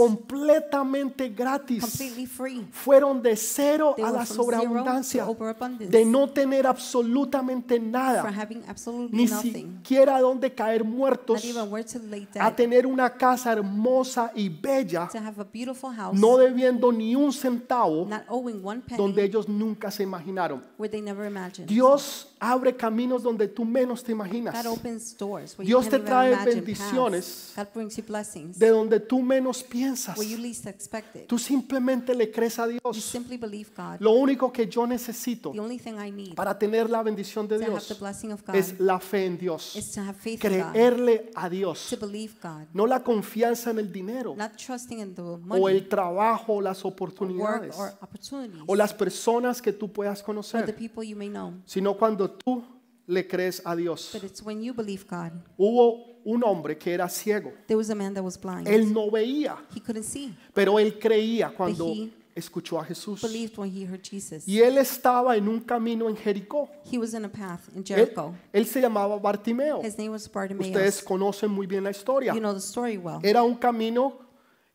S1: completamente gratis.
S2: completely free.
S1: Fueron de cero
S2: They
S1: a
S2: were
S1: la
S2: from zero
S1: sobreabundancia,
S2: to overabundance.
S1: de no tener absolutamente
S2: from
S1: nada,
S2: having absolutely
S1: ni
S2: nothing,
S1: siquiera donde caer
S2: not
S1: muertos,
S2: even where to lay
S1: a
S2: dead,
S1: tener una casa hermosa y bella,
S2: to have a beautiful house,
S1: no debiendo ni un centavo
S2: not owing one penny,
S1: donde ellos nunca se imaginaron.
S2: where they never imagined.
S1: Dios abre caminos donde tú menos te imaginas,
S2: God opens doors where
S1: Dios
S2: you
S1: te
S2: can
S1: trae
S2: imagine
S1: bendiciones
S2: paths. God brings you blessings
S1: de donde tú menos piensas.
S2: where you least expect it.
S1: Tú simplemente le crees a
S2: You
S1: Dios.
S2: simply believe God.
S1: Lo único que yo necesito
S2: The only thing I need
S1: para tener la bendición de
S2: to have the
S1: Dios
S2: blessing of God
S1: es la fe en Dios.
S2: is to have faith in God,
S1: Creerle a
S2: to
S1: Dios.
S2: believe God,
S1: No la confianza en el dinero
S2: not trusting in the
S1: o
S2: money,
S1: el trabajo, o las oportunidades
S2: work, or opportunities,
S1: o las personas que tú puedas
S2: or the
S1: conocer,
S2: people you may know.
S1: sino cuando tú le crees a Dios.
S2: But it's when you believe God.
S1: Hubo un hombre que era ciego.
S2: There was a man that was blind.
S1: Él no veía,
S2: He couldn't see.
S1: pero él creía cuando
S2: he
S1: escuchó a Jesús.
S2: Believed when he heard Jesus.
S1: Y él estaba en un camino en Jericó.
S2: He was in a path in
S1: Él,
S2: Jericho.
S1: él se llamaba Bartimeo.
S2: His name was
S1: Ustedes
S2: Bartimaeus.
S1: conocen muy bien la historia.
S2: You know the story well.
S1: Era un camino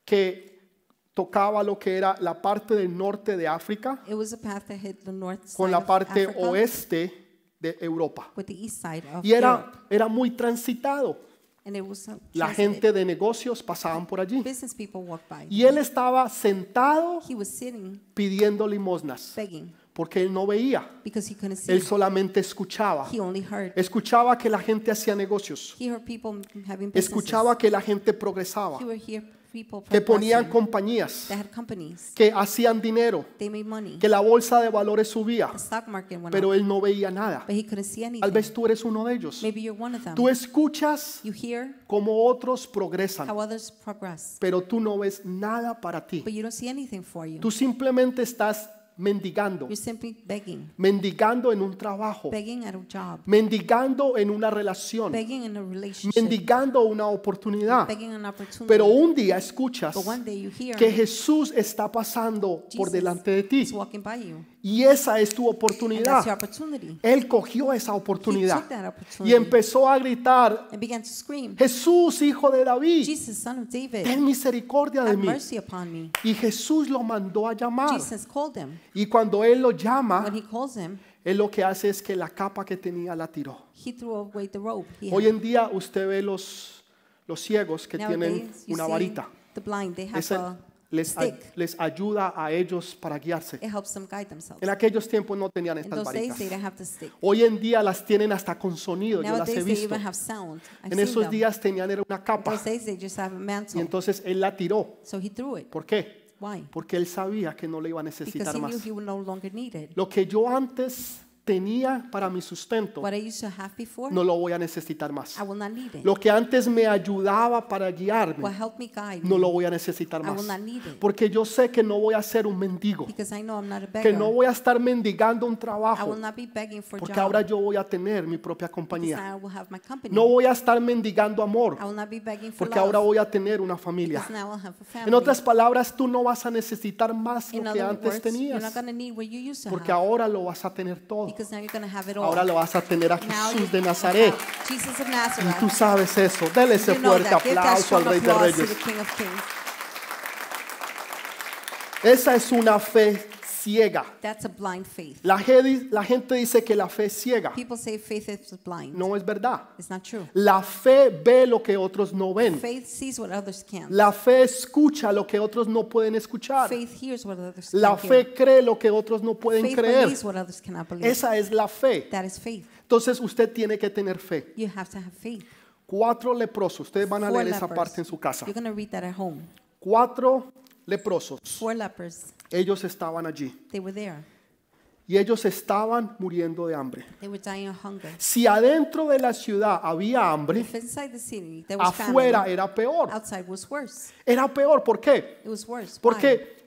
S1: que tocaba lo que era la parte del norte de África
S2: It was a path that hit the north side
S1: con la
S2: of
S1: parte
S2: Africa
S1: oeste de Europa.
S2: with the east side of
S1: Y era,
S2: Europe.
S1: era muy transitado.
S2: And it was a
S1: La
S2: transit.
S1: gente de negocios pasaban por allí.
S2: business people walked by.
S1: Y él estaba sentado
S2: He was sitting
S1: pidiendo limosnas
S2: begging
S1: porque él no veía.
S2: because he couldn't see.
S1: Él solamente escuchaba.
S2: He only heard.
S1: Escuchaba que la gente hacía negocios.
S2: He heard people having businesses.
S1: Escuchaba que la gente progresaba.
S2: He would hear people
S1: que ponían
S2: progressing.
S1: compañías,
S2: They had companies.
S1: que hacían dinero,
S2: They made money.
S1: que la bolsa de valores subía,
S2: The stock market went up,
S1: pero él no veía nada.
S2: but he couldn't see
S1: Tal
S2: anything.
S1: vez tú eres uno de ellos.
S2: Maybe you're one of them.
S1: Tú escuchas
S2: You hear
S1: cómo otros progresan,
S2: how others progress,
S1: pero tú no ves nada para ti.
S2: but you don't see anything for you.
S1: Tú simplemente estás mendigando,
S2: You're simply begging,
S1: mendigando en un trabajo,
S2: begging at a job,
S1: mendigando en una relación,
S2: begging in a relationship,
S1: mendigando una oportunidad.
S2: begging an opportunity.
S1: Pero un día escuchas
S2: But one day you hear
S1: que Jesús está pasando por
S2: Jesus
S1: delante de ti
S2: is walking by you,
S1: y esa es tu
S2: and that's your
S1: oportunidad.
S2: opportunity.
S1: Él cogió esa
S2: He
S1: oportunidad
S2: took that
S1: y
S2: opportunity
S1: empezó a gritar,
S2: and began to scream,
S1: Jesús, hijo de David,
S2: Jesus, son of David,
S1: ten misericordia de
S2: have
S1: mí. Ah.
S2: mercy upon me.
S1: Y Jesús lo mandó a llamar.
S2: Jesus called him.
S1: Y cuando Él lo
S2: When
S1: llama,
S2: he calls him,
S1: Él lo que hace es que la capa que tenía la tiró.
S2: he threw away the robe. He
S1: Hoy en día usted ve los, los ciegos que tienen
S2: Nowadays, you
S1: una
S2: see
S1: varita.
S2: The blind, they have
S1: Esa
S2: a
S1: les, a-
S2: stick.
S1: les ayuda a ellos para guiarse.
S2: It helps them guide themselves.
S1: En aquellos tiempos no tenían
S2: In
S1: estas
S2: those days,
S1: varitas.
S2: they didn't have the stick.
S1: Hoy en día las tienen hasta con sonido, yo las he
S2: Nowadays, they
S1: visto.
S2: even have sound. I've
S1: En
S2: seen
S1: esos
S2: them.
S1: días tenían era una
S2: In
S1: capa.
S2: those days, they just have a
S1: Y
S2: mantle.
S1: entonces él la tiró.
S2: So he threw it.
S1: ¿Por qué?
S2: Why?
S1: Porque él sabía que no le iba a
S2: Because
S1: necesitar
S2: he knew
S1: más.
S2: he would no longer need it.
S1: Lo que yo antes tenía para mi sustento,
S2: What I used to have before,
S1: no lo voy a necesitar más.
S2: I will not need it.
S1: Lo que antes me ayudaba para
S2: What
S1: guiarme,
S2: helped me guide
S1: no
S2: me,
S1: lo voy a necesitar
S2: I
S1: más.
S2: will not need it.
S1: Porque yo sé que no voy a ser un mendigo,
S2: because I know I'm not a
S1: que
S2: beggar.
S1: no voy a estar mendigando un
S2: I will
S1: trabajo,
S2: not be begging for
S1: porque
S2: job.
S1: ahora yo voy a tener mi propia
S2: because
S1: compañía.
S2: now I will have my company.
S1: No voy a estar mendigando amor,
S2: I will not be begging for
S1: porque
S2: love.
S1: ahora voy a tener una familia.
S2: because now I'll have a family.
S1: En otras palabras, tú no vas a necesitar más
S2: In
S1: lo que
S2: other
S1: antes
S2: words, you're not
S1: tenías,
S2: going to need what you used to
S1: porque
S2: have.
S1: ahora lo vas a tener todo.
S2: Because now you're going to have it all.
S1: Ahora lo vas a tener a
S2: Now
S1: Jesús
S2: you
S1: de
S2: have
S1: Nazaret.
S2: Jesus of
S1: Y
S2: Nazareth.
S1: tú sabes eso. Dele ese
S2: You know
S1: fuerte
S2: that. Give that
S1: aplauso al
S2: strong
S1: Rey de
S2: applause to the
S1: Reyes.
S2: King of Kings.
S1: Esa es una fe ciega.
S2: That's a blind faith.
S1: La gente, la gente dice que la fe es ciega.
S2: People say faith is blind.
S1: No es verdad.
S2: It's not true.
S1: La fe ve lo que otros no ven.
S2: Faith sees what others can't.
S1: La fe escucha lo que otros no pueden escuchar.
S2: Faith hears what others
S1: La
S2: can't hear.
S1: fe cree lo que otros no pueden
S2: Faith
S1: creer.
S2: believes what others cannot believe.
S1: Esa es la fe.
S2: that is faith.
S1: Entonces usted tiene que tener fe.
S2: You have to have faith.
S1: Cuatro leprosos. Ustedes van a
S2: Four
S1: leer esa
S2: lepers.
S1: parte en su casa.
S2: You're going to read that at home.
S1: Cuatro leprosos.
S2: Four lepers,
S1: Ellos estaban allí.
S2: they were there.
S1: y ellos estaban muriendo de hambre.
S2: They were dying of hunger.
S1: Si adentro de la ciudad había hambre,
S2: If inside the city there was
S1: afuera
S2: famine,
S1: era peor.
S2: outside was worse.
S1: Era peor, ¿por qué?
S2: It was worse. Why?
S1: Porque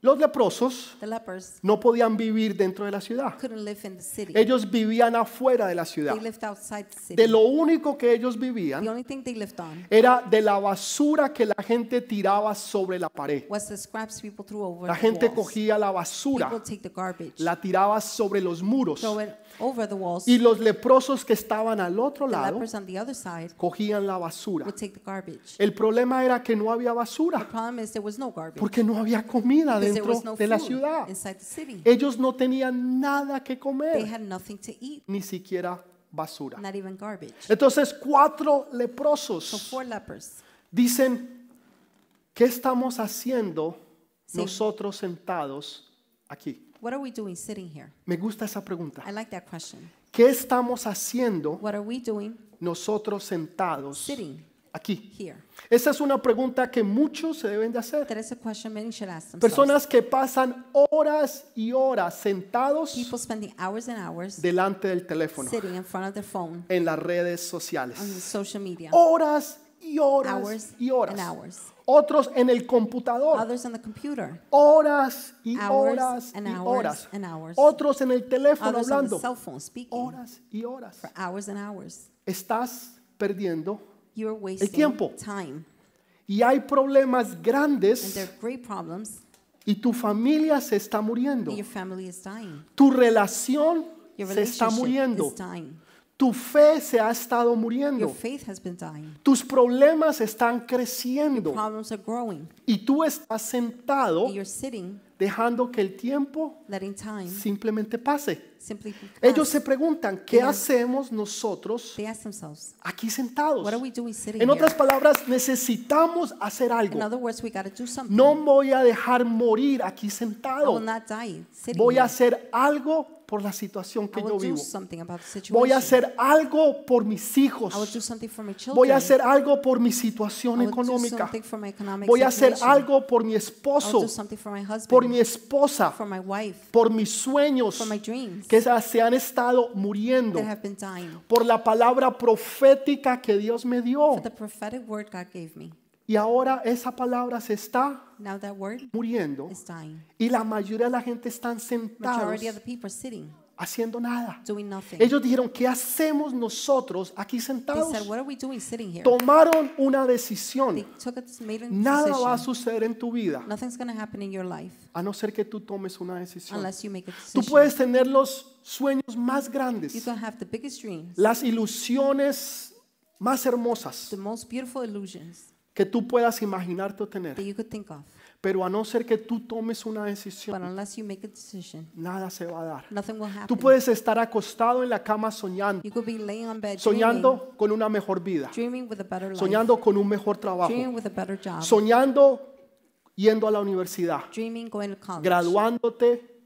S1: los leprosos
S2: the lepers
S1: no podían vivir dentro de la ciudad.
S2: couldn't live in the city.
S1: Ellos vivían afuera de la ciudad.
S2: They lived outside the city.
S1: De lo único que ellos
S2: the
S1: vivían
S2: only thing they lived on
S1: era de la basura que la gente tiraba sobre la pared.
S2: was the scraps people threw over
S1: La
S2: the
S1: gente
S2: walls.
S1: cogía la
S2: People
S1: basura,
S2: take the garbage,
S1: la tiraba sobre los muros.
S2: throw it over the walls.
S1: Y los leprosos que estaban al otro
S2: the
S1: lado
S2: lepers on the other side
S1: cogían la basura.
S2: would take the garbage.
S1: El problema era que no había
S2: the
S1: basura
S2: problem is there was no garbage
S1: porque no había comida
S2: because there was
S1: dentro
S2: no
S1: de la
S2: food
S1: ciudad. Eh.
S2: inside the city.
S1: Ellos no tenían nada que
S2: they
S1: comer,
S2: had nothing to eat,
S1: ni siquiera basura.
S2: not even garbage.
S1: Entonces cuatro
S2: So
S1: leprosos
S2: four lepers
S1: dicen, ¿qué estamos haciendo
S2: Sí.
S1: nosotros sentados aquí?
S2: What are we doing sitting here?
S1: Me gusta esa pregunta.
S2: I like that question.
S1: ¿Qué estamos haciendo
S2: What are we doing
S1: nosotros sentados
S2: sitting
S1: aquí?
S2: here?
S1: Esa es una pregunta que muchos se deben de hacer.
S2: That is a question many should ask themselves.
S1: Personas que pasan horas y horas sentados
S2: People spending hours and hours
S1: delante del teléfono,
S2: sitting in front of their phone
S1: en las redes
S2: on
S1: sociales.
S2: social media.
S1: Horas y horas
S2: hours
S1: y
S2: and
S1: horas.
S2: hours.
S1: Otros en el computador.
S2: Others on the computer.
S1: Horas y
S2: Hours
S1: horas
S2: and
S1: y
S2: hours
S1: horas.
S2: and hours.
S1: Otros en el teléfono
S2: Others on the
S1: hablando.
S2: cell phone speaking.
S1: Horas y horas.
S2: Hours and hours.
S1: Estás perdiendo
S2: You're wasting
S1: tiempo.
S2: time.
S1: y hay problemas
S2: And
S1: grandes
S2: there are great problems.
S1: y tu familia se está muriendo.
S2: And your family is dying.
S1: Tu relación
S2: Your
S1: se está
S2: relationship
S1: muriendo.
S2: is dying.
S1: Tu fe se ha estado
S2: Your
S1: muriendo.
S2: faith has been dying.
S1: Tus problemas están creciendo
S2: Problems are growing.
S1: y tú estás sentado
S2: And you're sitting,
S1: dejando que el tiempo
S2: letting time
S1: simplemente pase.
S2: simply
S1: Ellos
S2: pass.
S1: se preguntan, ¿qué
S2: Ellos-
S1: hacemos nosotros
S2: They ask themselves,
S1: aquí sentados?
S2: what are we doing sitting
S1: En
S2: here?
S1: otras palabras, necesitamos hacer
S2: In
S1: algo.
S2: other words, we got to do something.
S1: No voy a dejar morir aquí
S2: I will
S1: sentado.
S2: not die sitting
S1: Voy a
S2: here.
S1: hacer algo por la situación
S2: I
S1: que yo
S2: will do
S1: vivo.
S2: something about the situation.
S1: Voy a hacer algo por mis
S2: I will
S1: hijos.
S2: do something for my children.
S1: Voy a hacer algo por mi
S2: I
S1: situación
S2: will do
S1: económica.
S2: something for my economic
S1: Voy a hacer
S2: situation.
S1: algo por mi
S2: I will
S1: esposo,
S2: do something for my husband,
S1: por mi esposa,
S2: for my wife,
S1: por mis sueños
S2: for my dreams
S1: que se han estado muriendo,
S2: that have been dying.
S1: por la palabra profética que Dios me dio.
S2: For the prophetic word God gave me.
S1: Y ahora esa palabra se está
S2: Now that word
S1: muriendo
S2: is dying.
S1: y la mayoría de la gente están sentados
S2: Majority of the people are sitting,
S1: haciendo nada.
S2: doing nothing.
S1: Ellos dijeron, ¿qué hacemos nosotros aquí
S2: they said,
S1: sentados?
S2: what are we doing sitting here?
S1: Tomaron una
S2: They
S1: decisión.
S2: took a s- made a
S1: Nada va a
S2: decision.
S1: suceder en tu vida
S2: Nothing's going to happen in your life
S1: a no ser que tú tomes una decisión.
S2: unless you make a
S1: Tú
S2: decision.
S1: puedes tener los sueños más
S2: you
S1: grandes,
S2: can have the biggest dreams,
S1: las ilusiones más hermosas
S2: the most beautiful illusions
S1: que tú puedas imaginarte o tener,
S2: that you could think of.
S1: pero a no ser que tú tomes una
S2: But
S1: decisión,
S2: unless you make a decision,
S1: nada se va a dar.
S2: nothing will happen.
S1: Tú puedes estar acostado en la cama soñando,
S2: you could be laying on bed
S1: soñando con una mejor vida,
S2: dreaming, dreaming with a better life,
S1: soñando con un mejor trabajo,
S2: dreaming with a better job,
S1: soñando yendo a la universidad,
S2: dreaming going to college,
S1: graduándote,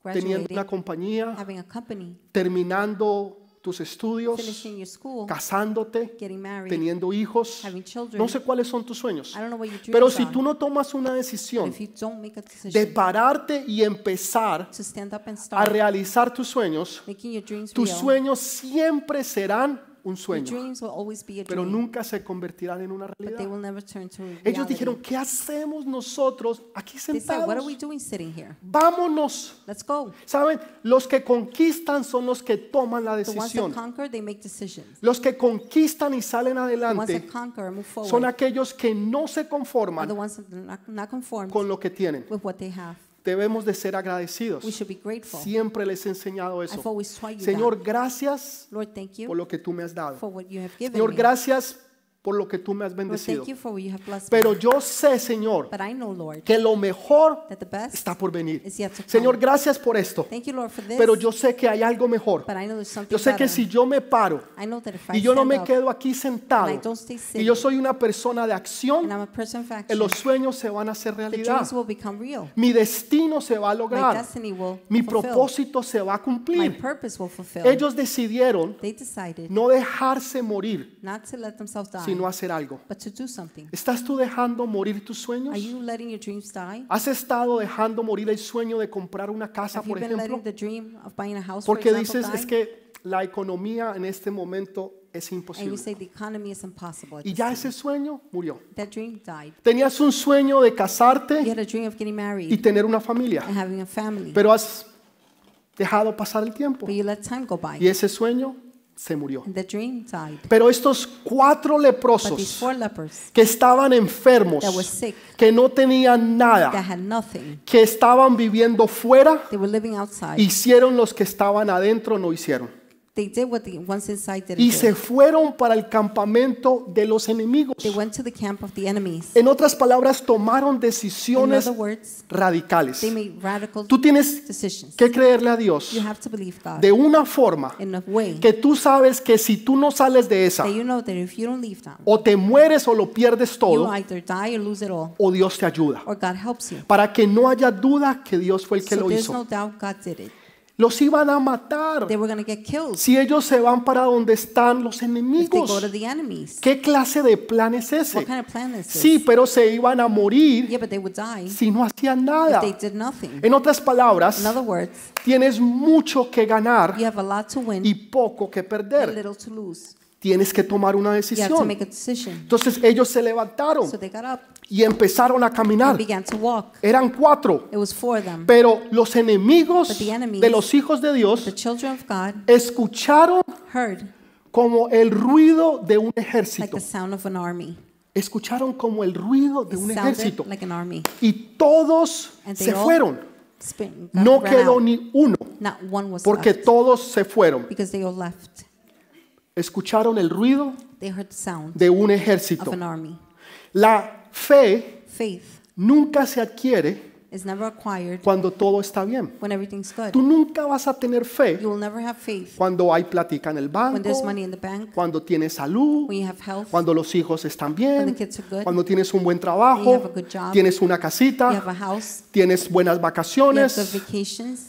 S1: teniendo
S2: graduating,
S1: una compañía,
S2: having a company,
S1: terminando tus estudios,
S2: finishing your school,
S1: casándote,
S2: getting married,
S1: teniendo hijos.
S2: having children.
S1: No sé cuáles son tus sueños.
S2: I don't know what you dream
S1: Pero si
S2: about.
S1: tú no tomas una
S2: but
S1: decisión
S2: if you don't make a decision
S1: de pararte y empezar
S2: to stand up and
S1: a
S2: start
S1: realizar tus sueños,
S2: making your dreams
S1: tus
S2: real,
S1: sueños siempre serán un
S2: your
S1: sueño,
S2: dreams will always be a
S1: pero
S2: dream,
S1: nunca se convertirán en una
S2: but they
S1: realidad.
S2: will never turn to reality.
S1: Ellos dijeron, ¿qué hacemos nosotros aquí
S2: they said, what are we
S1: sentados?
S2: doing sitting here?
S1: Vámonos.
S2: Let's go.
S1: Saben, los que conquistan son los que toman la
S2: The ones that
S1: decisión.
S2: conquer, they make decisions.
S1: Los que conquistan y salen
S2: The ones
S1: adelante
S2: that conquer and move
S1: son
S2: forward
S1: aquellos que no se
S2: are the
S1: conforman
S2: ones that are not, not conformed
S1: con lo que tienen.
S2: with what they have.
S1: Debemos de ser agradecidos.
S2: We should be grateful.
S1: Siempre les he enseñado
S2: I've
S1: eso.
S2: always taught you
S1: Señor, gracias
S2: that. Lord, thank
S1: por
S2: you
S1: lo que tú me has dado.
S2: for what you have given
S1: Señor,
S2: me.
S1: gracias por lo que tú me has
S2: Lord,
S1: bendecido.
S2: thank you for what you have blessed
S1: Pero
S2: me.
S1: yo sé, Señor,
S2: But I know, Lord,
S1: que lo mejor
S2: that the best
S1: está por venir.
S2: is yet to come.
S1: Señor, gracias por esto.
S2: Thank you, Lord, for this.
S1: Pero yo sé que hay algo mejor.
S2: but I know there's something
S1: Yo sé que
S2: better.
S1: si yo me paro
S2: I know that if I
S1: y yo no
S2: stand
S1: me
S2: up
S1: quedo aquí
S2: and I
S1: sentado
S2: don't stay
S1: y yo
S2: sitting,
S1: soy una persona de
S2: and
S1: acción,
S2: I'm a person of
S1: eh,
S2: action,
S1: los sueños se van a hacer
S2: the
S1: realidad.
S2: dreams will become real.
S1: Mi destino se va a
S2: My
S1: lograr.
S2: destiny will
S1: Mi
S2: fulfill.
S1: propósito se va a
S2: My
S1: cumplir.
S2: purpose will fulfill.
S1: Ellos decidieron
S2: they decided
S1: no dejarse morir,
S2: not to let themselves die,
S1: sino hacer algo.
S2: but to do something.
S1: ¿Estás tú dejando morir tus
S2: Are
S1: sueños?
S2: you letting your dreams die?
S1: ¿Has estado dejando morir el sueño de comprar una casa,
S2: Have you
S1: por
S2: been letting
S1: ejemplo?
S2: the dream of buying a house, for
S1: Porque
S2: example,
S1: dices, es
S2: die?
S1: que la economía en este momento es
S2: And you
S1: imposible.
S2: say the economy is impossible. at
S1: Y
S2: this
S1: ya
S2: time.
S1: ese sueño murió.
S2: That dream died.
S1: Tenías un sueño de
S2: You
S1: casarte
S2: had a dream of getting
S1: y
S2: married
S1: tener una familia,
S2: and having a family,
S1: pero has dejado pasar el tiempo
S2: but you let time go by.
S1: y ese sueño se murió.
S2: And the dream died.
S1: Pero estos cuatro
S2: But these
S1: leprosos
S2: four lepers
S1: que estaban enfermos,
S2: that were sick,
S1: que no tenían
S2: that
S1: nada,
S2: had nothing,
S1: que estaban viviendo fuera,
S2: they were living outside.
S1: hicieron los que estaban adentro no hicieron.
S2: They did what the ones inside didn't
S1: Y se
S2: do.
S1: fueron para el campamento de los enemigos.
S2: They went to the camp of the enemies.
S1: En otras palabras, tomaron
S2: In
S1: decisiones
S2: other words,
S1: radicales.
S2: they made radical
S1: Tú tienes
S2: decisions.
S1: que creerle a Dios
S2: You have to believe God
S1: de una forma
S2: in a way
S1: que tú sabes que si tú no sales de esa,
S2: that you know that if you don't leave now,
S1: o te mueres o lo pierdes
S2: you
S1: todo,
S2: either die or lose it all,
S1: o Dios te ayuda.
S2: or God helps you.
S1: Para que no haya duda que Dios fue el que
S2: So
S1: lo
S2: there's
S1: hizo.
S2: no doubt God did it.
S1: Los iban a matar
S2: They were going to get killed
S1: si ellos se van para donde están los
S2: if they go to
S1: enemigos.
S2: the enemies.
S1: ¿Qué clase de plan es ese?
S2: What kind of plan is this?
S1: Sí, pero se iban a Este- morir
S2: Yeah, but they would die
S1: si no hacían
S2: if
S1: nada.
S2: they did nothing.
S1: En otras palabras,
S2: In other words,
S1: tienes mucho que ganar
S2: you have a lot to win
S1: y poco que
S2: and
S1: perder.
S2: little to lose.
S1: Tienes que tomar una
S2: You have to
S1: decisión.
S2: make a decision.
S1: Entonces ellos se levantaron
S2: So they got up
S1: y empezaron a
S2: and
S1: caminar.
S2: began to walk.
S1: Eran cuatro,
S2: It was for them.
S1: pero los enemigos
S2: But the enemies-
S1: de los hijos de
S2: The
S1: Dios
S2: children of God
S1: escucharon
S2: heard
S1: como el ruido de un
S2: like
S1: ejército.
S2: the sound of an army.
S1: Escucharon como el ruido de
S2: It
S1: un
S2: sounded
S1: ejército.
S2: like an army.
S1: Y todos
S2: And they
S1: se
S2: all
S1: fueron.
S2: Spin, got-
S1: No
S2: ran
S1: quedó
S2: out.
S1: ni uno,
S2: Not one was
S1: porque
S2: left
S1: todos se fueron.
S2: because they all left.
S1: Escucharon el ruido
S2: They heard the sound
S1: de un
S2: of
S1: ejército.
S2: an army.
S1: La fe
S2: Faith
S1: nunca se adquiere
S2: is never acquired
S1: cuando todo está bien.
S2: when everything's good.
S1: Tú nunca vas a tener fe
S2: You will never have faith
S1: cuando hay plática en el
S2: when there's
S1: banco,
S2: money in the bank,
S1: cuando tienes salud,
S2: when you have health,
S1: cuando los hijos están
S2: When
S1: bien,
S2: the kids are good.
S1: cuando tienes un buen trabajo,
S2: have a good job.
S1: tienes una
S2: you have
S1: casita,
S2: a house,
S1: tienes buenas
S2: you have good
S1: vacaciones.
S2: vacations.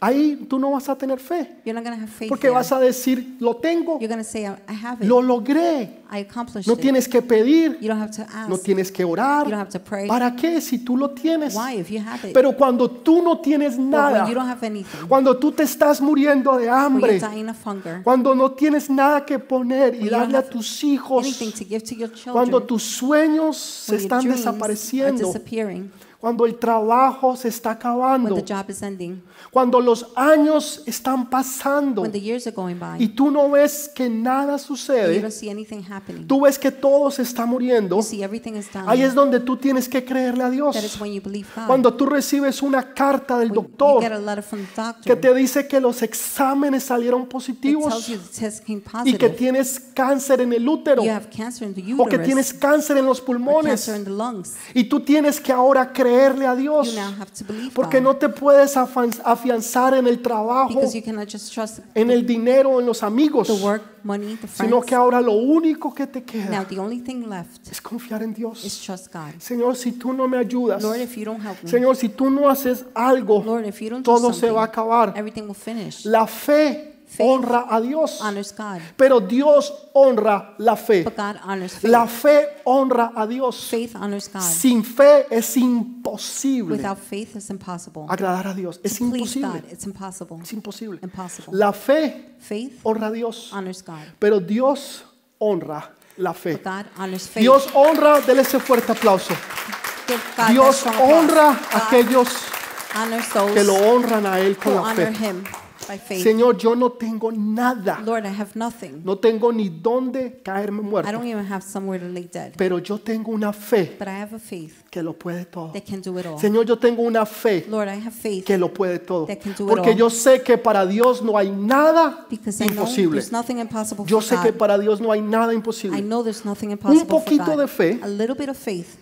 S1: Ahí tú no vas a tener fe,
S2: You're not going to have faith.
S1: porque
S2: there.
S1: vas a decir, lo tengo,
S2: You're going to say, I I have it.
S1: lo logré.
S2: I accomplished
S1: No
S2: it.
S1: tienes que pedir,
S2: You don't have to ask.
S1: no tienes que
S2: You don't
S1: orar.
S2: have to pray.
S1: ¿Para qué si tú lo tienes?
S2: Why if you have it?
S1: Pero cuando tú no tienes
S2: But
S1: nada,
S2: when you don't have anything,
S1: cuando tú te estás muriendo de
S2: when you're
S1: hambre,
S2: dying of hunger,
S1: cuando no tienes nada que poner y
S2: you
S1: darle a
S2: have
S1: tus hijos,
S2: anything to give to your children,
S1: cuando tus sueños se
S2: when your
S1: están
S2: dreams are
S1: desapareciendo,
S2: disappearing,
S1: cuando el trabajo se está
S2: when
S1: acabando,
S2: the job is ending,
S1: cuando los años están pasando
S2: when the years are going by,
S1: y tú no ves que nada
S2: and you
S1: sucede,
S2: don't see anything happening.
S1: tú ves que todo se está muriendo,
S2: You see everything is done.
S1: ahí es donde tú tienes que creerle a
S2: That is
S1: Dios.
S2: when you believe God.
S1: Cuando tú recibes una carta del
S2: When you get
S1: doctor
S2: a letter from the doctor
S1: que te dice que los exámenes salieron
S2: that tells
S1: positivos,
S2: you the test came
S1: y que
S2: positive.
S1: tienes cáncer en el útero
S2: You have cancer in the
S1: o que
S2: uterus
S1: tienes cáncer en los
S2: or cancer
S1: pulmones
S2: in the lungs.
S1: y tú tienes que ahora creerle a Dios
S2: You now have to believe
S1: porque
S2: God
S1: no te puedes afan- afianzar en el trabajo,
S2: because you cannot just trust
S1: en el dinero, en los amigos,
S2: the work, money, the
S1: sino
S2: friends.
S1: que ahora lo único que te
S2: Now
S1: queda
S2: the only thing left
S1: es confiar en Dios.
S2: is trust God.
S1: Señor, si tú no me ayudas,
S2: Lord, if you don't help me,
S1: Señor, si tú no haces algo,
S2: Lord, if you don't do
S1: todo se va a
S2: something,
S1: acabar.
S2: everything will finish.
S1: La fe
S2: Faith
S1: honra a Dios,
S2: Honors God,
S1: pero Dios honra la fe.
S2: but God honors faith.
S1: La fe honra a Dios.
S2: Faith honors God.
S1: Sin fe es imposible
S2: Without faith, it's impossible.
S1: agradar a Dios. Es
S2: To please God,
S1: imposible.
S2: it's impossible.
S1: Es imposible.
S2: Impossible.
S1: La fe
S2: Faith
S1: honra a Dios,
S2: honors God,
S1: pero Dios honra la fe.
S2: but God honors faith.
S1: Dios honra, dele ese fuerte aplauso.
S2: Give God that
S1: Dios
S2: strong applause.
S1: honra a
S2: God
S1: aquellos
S2: honors those
S1: que lo honran a Él
S2: who
S1: con la
S2: honor
S1: fe.
S2: Him by faith.
S1: Señor, yo no tengo nada.
S2: Lord, I have nothing.
S1: No tengo ni dónde caerme
S2: I
S1: muerto.
S2: don't even have somewhere to lay dead.
S1: Pero yo tengo una fe
S2: But I have a faith
S1: que lo puede todo.
S2: that can do it all.
S1: Señor, yo tengo una fe
S2: Lord, I have faith
S1: que lo puede todo.
S2: That can do it
S1: Porque
S2: all.
S1: yo sé que para Dios no hay nada
S2: because I know
S1: imposible.
S2: there's nothing impossible
S1: Yo
S2: for
S1: sé que
S2: God.
S1: para Dios no hay nada
S2: I
S1: imposible.
S2: know there's nothing impossible for
S1: poquito
S2: God.
S1: de fe.
S2: A little bit of faith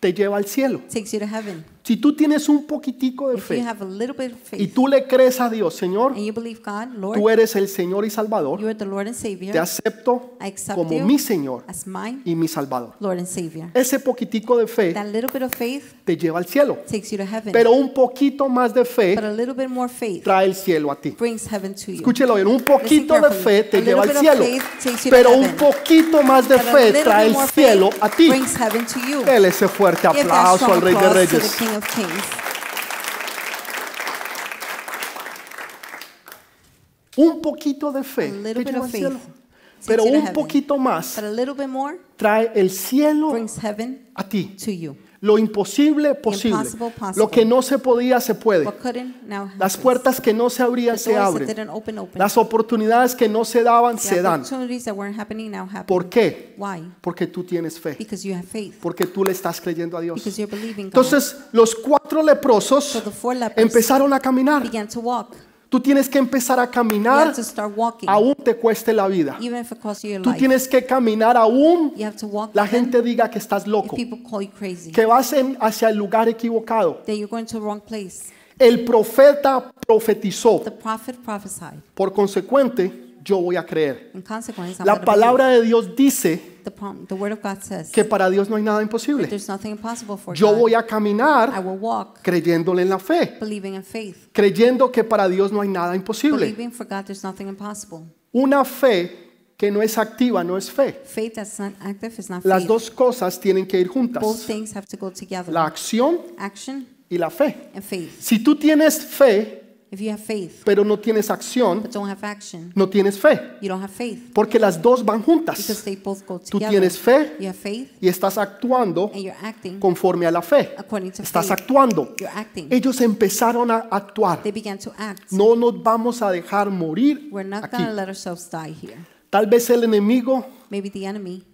S1: Te lleva al cielo.
S2: takes you to heaven.
S1: Si tú tienes un poquitico de
S2: If you
S1: fe
S2: have a little bit of
S1: y
S2: faith
S1: tú le crees a Dios, Señor,
S2: and you believe God,
S1: tú
S2: Lord,
S1: eres el Señor y Salvador,
S2: you are the Lord and
S1: te
S2: Savior
S1: acepto
S2: I accept
S1: como
S2: you.
S1: mi Señor
S2: as mine,
S1: y mi Salvador.
S2: Lord and Savior.
S1: Ese poquitico de fe
S2: That little bit of faith
S1: te lleva al cielo,
S2: takes you to heaven,
S1: pero un poquito más de
S2: but
S1: fe
S2: a little bit more faith
S1: trae el cielo a ti.
S2: brings heaven to you.
S1: Escúchelo bien, un poquito de fe te lleva al cielo, pero un poquito más de
S2: But a little
S1: fe
S2: bit
S1: trae el
S2: more faith
S1: cielo a ti.
S2: brings heaven to you.
S1: Dele ese fuerte
S2: Give that
S1: aplauso
S2: strong
S1: al Rey de
S2: applause to
S1: Reyes.
S2: the King of Kings.
S1: Un poquito de fe
S2: A little
S1: te
S2: bit
S1: lleva
S2: of
S1: al
S2: faith
S1: cielo,
S2: takes
S1: pero
S2: you to
S1: un
S2: heaven.
S1: poquito más
S2: But a little bit more
S1: trae el cielo
S2: brings heaven
S1: a ti.
S2: to you.
S1: Lo imposible posible,
S2: Impossible, possible.
S1: lo que no se podía se puede.
S2: What couldn't now happens.
S1: Las puertas que no se abrían
S2: The
S1: se
S2: doors that
S1: abren.
S2: didn't open open.
S1: Las oportunidades que no se daban se
S2: The
S1: dan.
S2: opportunities that weren't happening now happen.
S1: ¿Por qué?
S2: Why?
S1: Porque tú tienes fe,
S2: Because you have faith.
S1: porque tú le estás creyendo a Dios.
S2: Because you're believing God.
S1: Entonces los cuatro
S2: so
S1: leprosos
S2: the four lepers
S1: empezaron a caminar.
S2: began to walk.
S1: Tú tienes que empezar a
S2: You
S1: caminar
S2: have to start walking.
S1: aún te cueste la vida.
S2: Even if it costs you your
S1: Tú
S2: life.
S1: tienes que caminar aún
S2: You have to walk.
S1: la
S2: even
S1: gente diga que estás
S2: if
S1: loco,
S2: people call you crazy.
S1: que vas en- hacia el lugar equivocado.
S2: That you're going to the wrong place.
S1: El profeta profetizó.
S2: The prophet prophesied.
S1: Por consecuente, yo voy a creer.
S2: In consequence, I'm
S1: La
S2: gonna believe.
S1: palabra de Dios dice
S2: The, prom- the word of God says
S1: que para Dios no hay nada imposible.
S2: there's nothing impossible for
S1: Yo
S2: God.
S1: voy a
S2: I
S1: caminar
S2: will walk
S1: creyéndole en la fe,
S2: believing in faith.
S1: creyendo que para Dios no hay nada imposible.
S2: Believing for God there's nothing impossible.
S1: Una fe que no es activa no es fe.
S2: Faith that's not active is not
S1: Las
S2: faith.
S1: dos cosas tienen que ir
S2: Both
S1: juntas,
S2: things have to go together.
S1: la acción
S2: Action
S1: y la fe.
S2: and faith.
S1: Si tú tienes fe,
S2: If you have faith
S1: pero no tienes acción,
S2: but don't have action,
S1: no tienes fe,
S2: you don't have faith
S1: porque las dos van
S2: because
S1: juntas.
S2: they both go
S1: Tú
S2: together.
S1: tienes fe
S2: You have faith
S1: y estás actuando
S2: and you're acting
S1: conforme a la fe.
S2: according to
S1: Estás
S2: faith.
S1: actuando.
S2: You're acting.
S1: Ellos empezaron a actuar.
S2: They began to act.
S1: No nos vamos a dejar morir
S2: We're not
S1: aquí.
S2: going to let ourselves die here.
S1: Tal vez el enemigo
S2: Maybe the enemy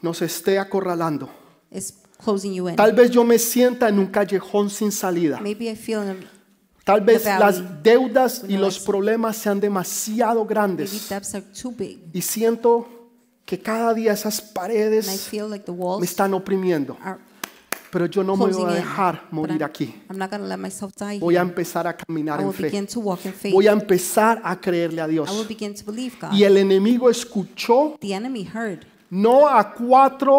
S1: nos esté acorralando.
S2: is closing you in.
S1: Tal vez yo me sienta en un callejón sin salida.
S2: Maybe I feel in-
S1: Tal vez
S2: The valley.
S1: las deudas y
S2: No,
S1: los
S2: it's-
S1: problemas sean demasiado
S2: maybe
S1: grandes
S2: depths are too big.
S1: y siento que cada día esas
S2: And I
S1: paredes
S2: feel like the
S1: me
S2: walls
S1: están oprimiendo.
S2: are
S1: Pero yo no me
S2: closing
S1: voy a
S2: in.
S1: dejar
S2: But
S1: morir
S2: I'm-
S1: aquí.
S2: I'm not going to let myself die
S1: Voy a
S2: here.
S1: empezar a caminar
S2: I will
S1: en fe.
S2: begin to walk in faith.
S1: Voy a empezar a creerle a
S2: I will
S1: Dios.
S2: begin to believe God.
S1: Y el enemigo escuchó
S2: The enemy heard,
S1: no a cuatro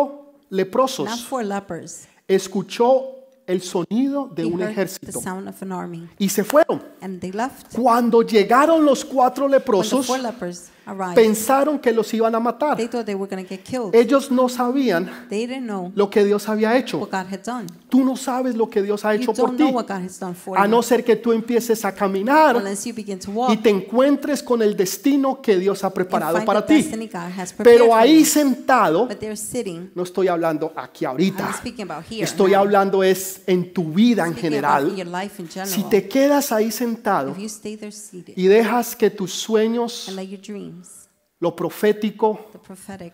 S2: not
S1: leprosos,
S2: four lepers.
S1: escuchó el sonido de
S2: He
S1: un
S2: heard
S1: ejército
S2: the sound of an army.
S1: y se fueron.
S2: And they left.
S1: Cuando llegaron los cuatro
S2: When the
S1: leprosos,
S2: four lepers arrived,
S1: pensaron que los iban a matar.
S2: they thought they were going to get killed.
S1: Ellos no sabían
S2: They didn't know
S1: lo que Dios había hecho.
S2: what God had done.
S1: Tú no sabes lo que Dios ha
S2: You
S1: hecho por
S2: don't know
S1: ti.
S2: what God has done for
S1: A
S2: you
S1: no ser que tú empieces a caminar
S2: unless you begin to
S1: y
S2: walk
S1: te encuentres con el destino que Dios ha
S2: and
S1: preparado
S2: find
S1: para
S2: the
S1: ti.
S2: destiny God has prepared
S1: Pero
S2: for
S1: ahí
S2: you.
S1: sentado,
S2: But they're sitting.
S1: no estoy hablando aquí
S2: I'm
S1: ahorita.
S2: speaking about here.
S1: Estoy
S2: now.
S1: hablando es en tu vida en
S2: Speaking about
S1: general.
S2: your life in general.
S1: Si te quedas ahí sentado
S2: If you stay there seated
S1: y dejas que tus
S2: and
S1: sueños,
S2: let your dreams,
S1: lo profético,
S2: the prophetic,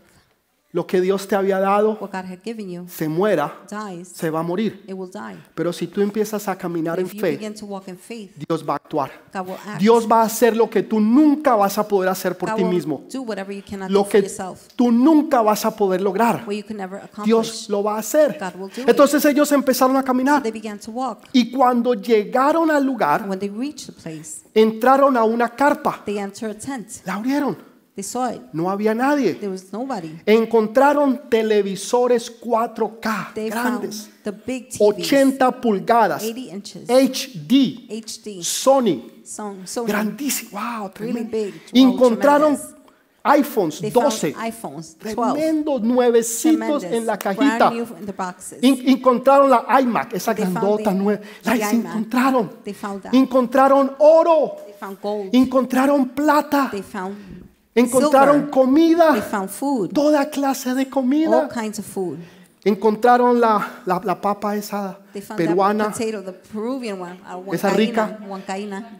S1: lo que Dios te había dado,
S2: what God had given you,
S1: se muera,
S2: dies,
S1: se va a morir.
S2: it will die.
S1: Pero si tú empiezas a caminar
S2: But
S1: en
S2: if you
S1: fe,
S2: begin to walk in faith,
S1: Dios va a actuar.
S2: God will act.
S1: Dios va a hacer lo que tú nunca vas a poder hacer por
S2: God
S1: ti
S2: will
S1: mismo.
S2: do whatever you cannot
S1: Lo
S2: do for
S1: que
S2: yourself,
S1: tú nunca vas a poder lograr.
S2: what you can never accomplish.
S1: Dios lo va a hacer.
S2: God will do it.
S1: Entonces ellos empezaron a
S2: So
S1: caminar.
S2: they began to walk.
S1: Y cuando llegaron al
S2: And
S1: lugar,
S2: when they reached the place,
S1: entraron a una carpa.
S2: they entered a tent.
S1: La abrieron.
S2: They saw it.
S1: No había nadie.
S2: There was nobody.
S1: Encontraron televisores 4K
S2: They
S1: grandes,
S2: found the big TVs,
S1: 80 pulgadas,
S2: 80 inches,
S1: HD,
S2: HD,
S1: Sony,
S2: Sony, Sony.
S1: grandísimo. Wow, tremendo.
S2: Really big, wow,
S1: Encontraron
S2: tremendous.
S1: iPhones
S2: They found
S1: 12,
S2: iPhones, 12,
S1: tremendos nuevecitos
S2: tremendous,
S1: en la cajita.
S2: brand new in the boxes.
S1: En- encontraron la iMac, esa
S2: They found
S1: grandota
S2: the-
S1: nueva. La
S2: the iMac.
S1: encontraron.
S2: They found that.
S1: Encontraron oro.
S2: They found gold.
S1: Encontraron plata.
S2: They found
S1: Encontraron
S2: silver. They
S1: comida.
S2: found food.
S1: Toda clase de
S2: All
S1: comida.
S2: kinds of food.
S1: Encontraron la, la, la papa esa
S2: They found that
S1: peruana.
S2: potato, the Peruvian one, uh,
S1: Esa
S2: huancaína,
S1: rica.
S2: huancaína.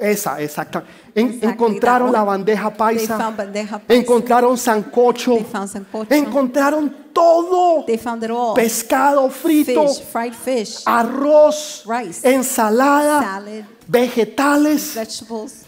S1: Esa, exacta. En-
S2: Exactly,
S1: encontraron
S2: that
S1: la
S2: one.
S1: bandeja
S2: They
S1: paisa.
S2: found bandeja paisa.
S1: Encontraron sancocho.
S2: They found pues, sancocho.
S1: Encontraron todo.
S2: They found it all.
S1: Pescado frito.
S2: Fish, fried
S1: Ah.
S2: fish,
S1: Arroz.
S2: Rice.
S1: Ensalada.
S2: salad,
S1: Vegetales.
S2: vegetables,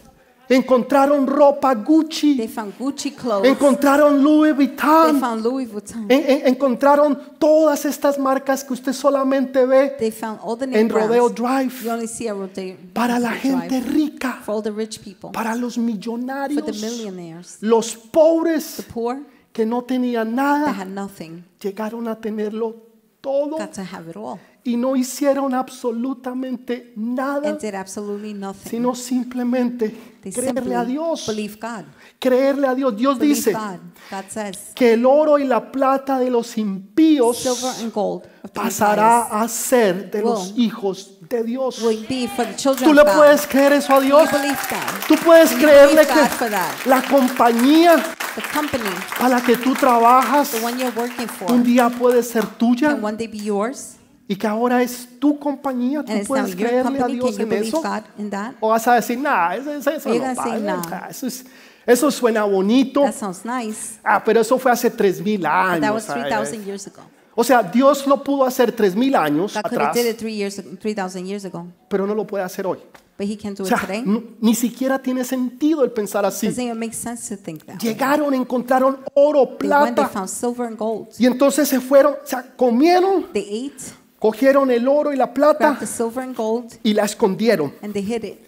S1: encontraron ropa
S2: They
S1: Gucci,
S2: found Gucci clothes.
S1: encontraron Louis
S2: They
S1: Vuitton,
S2: found Louis Vuitton.
S1: en- en- encontraron todas estas marcas que usted solamente ve
S2: They found all the
S1: en
S2: name
S1: Rodeo
S2: brands. You
S1: Drive
S2: only see a Rodeo
S1: para la
S2: Drive.
S1: gente rica,
S2: For all the rich people.
S1: para los
S2: For the
S1: millonarios,
S2: millionaires.
S1: los
S2: The
S1: pobres
S2: poor
S1: que no tenían
S2: that
S1: nada
S2: had nothing
S1: llegaron a tenerlo todo
S2: got to have it all
S1: y no hicieron absolutamente nada,
S2: and did absolutely nothing.
S1: sino simplemente
S2: They
S1: creerle a
S2: simply
S1: Dios.
S2: believe God.
S1: Creerle a Dios. Dios
S2: Believe
S1: dice
S2: God. God says,
S1: que el oro y la plata de los
S2: silver
S1: impíos
S2: and gold of the Gentiles
S1: pasará a ser de los
S2: Will.
S1: hijos de Dios.
S2: will be for the
S1: ¿Tú
S2: children of
S1: le
S2: God.
S1: puedes creer eso a Dios?
S2: you believe that?
S1: ¿Tú puedes
S2: Do you
S1: creerle
S2: believe God for that?
S1: que la compañía
S2: The company,
S1: para la que tú trabajas
S2: the one you're working for,
S1: un día puede ser tuya
S2: can one day be yours?
S1: y que ahora es tu compañía? ¿Tú
S2: And it's now
S1: puedes
S2: your
S1: creerle a
S2: company. Can
S1: Dios
S2: you
S1: en
S2: believe
S1: eso?
S2: God in that?
S1: ¿O vas a decir, nah, eso, eso- eso
S2: Or you're
S1: no
S2: gonna say,
S1: pasa,
S2: "Nah."
S1: eso, es- eso suena bonito?
S2: That sounds nice.
S1: Ah, pero eso fue hace 3.000
S2: But that
S1: años.
S2: was
S1: ay, ay.
S2: 3,000 years ago.
S1: O sea, Dios lo pudo hacer 3.000 años
S2: God could have
S1: atrás,
S2: did it three years, 3,000 years ago.
S1: pero no lo puede hacer hoy.
S2: But he can do
S1: O
S2: it
S1: sea,
S2: today.
S1: no- ni siquiera tiene sentido el pensar así.
S2: Doesn't it make sense to think that? way?
S1: Llegaron, encontraron oro,
S2: They went, they
S1: plata,
S2: found silver and gold.
S1: y entonces se fueron, o sea, comieron,
S2: They ate,
S1: cogieron el oro y la plata
S2: grabbed the silver and gold,
S1: y la escondieron.
S2: and they hid it.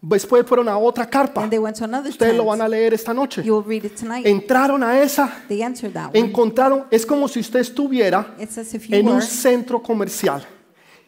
S1: Después fueron a otra carpa.
S2: And they went to another
S1: Ustedes lo van
S2: tent.
S1: a leer esta noche.
S2: You will read it tonight.
S1: Entraron a esa
S2: They entered that one.
S1: encontraron, es como si usted estuviera
S2: It's as if you
S1: en un
S2: were
S1: centro comercial.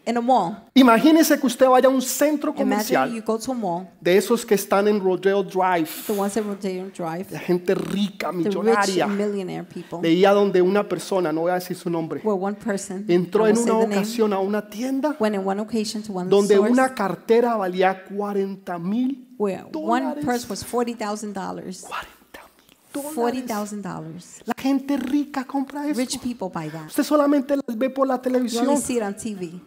S2: in a mall.
S1: Imagínese que usted vaya a un centro
S2: Imagine you
S1: comercial
S2: go to a mall,
S1: de esos que están en Rodeo
S2: the
S1: Drive,
S2: ones that Rodeo Drive,
S1: la gente rica,
S2: the rich
S1: millonaria.
S2: and millionaire people,
S1: Leía donde una persona, no voy a decir su nombre,
S2: where one person I
S1: entró en
S2: won't say
S1: una
S2: the name,
S1: ocasión a una tienda
S2: went in one occasion to one
S1: donde
S2: source
S1: una cartera valía 40 mil
S2: where one purse
S1: dólares.
S2: was forty thousand dollars.
S1: 40
S2: Forty
S1: mil dólares.
S2: thousand dollars.
S1: La gente rica compra eso.
S2: Rich people buy that.
S1: Usted solamente las ve por la
S2: You only
S1: televisión
S2: see it on TV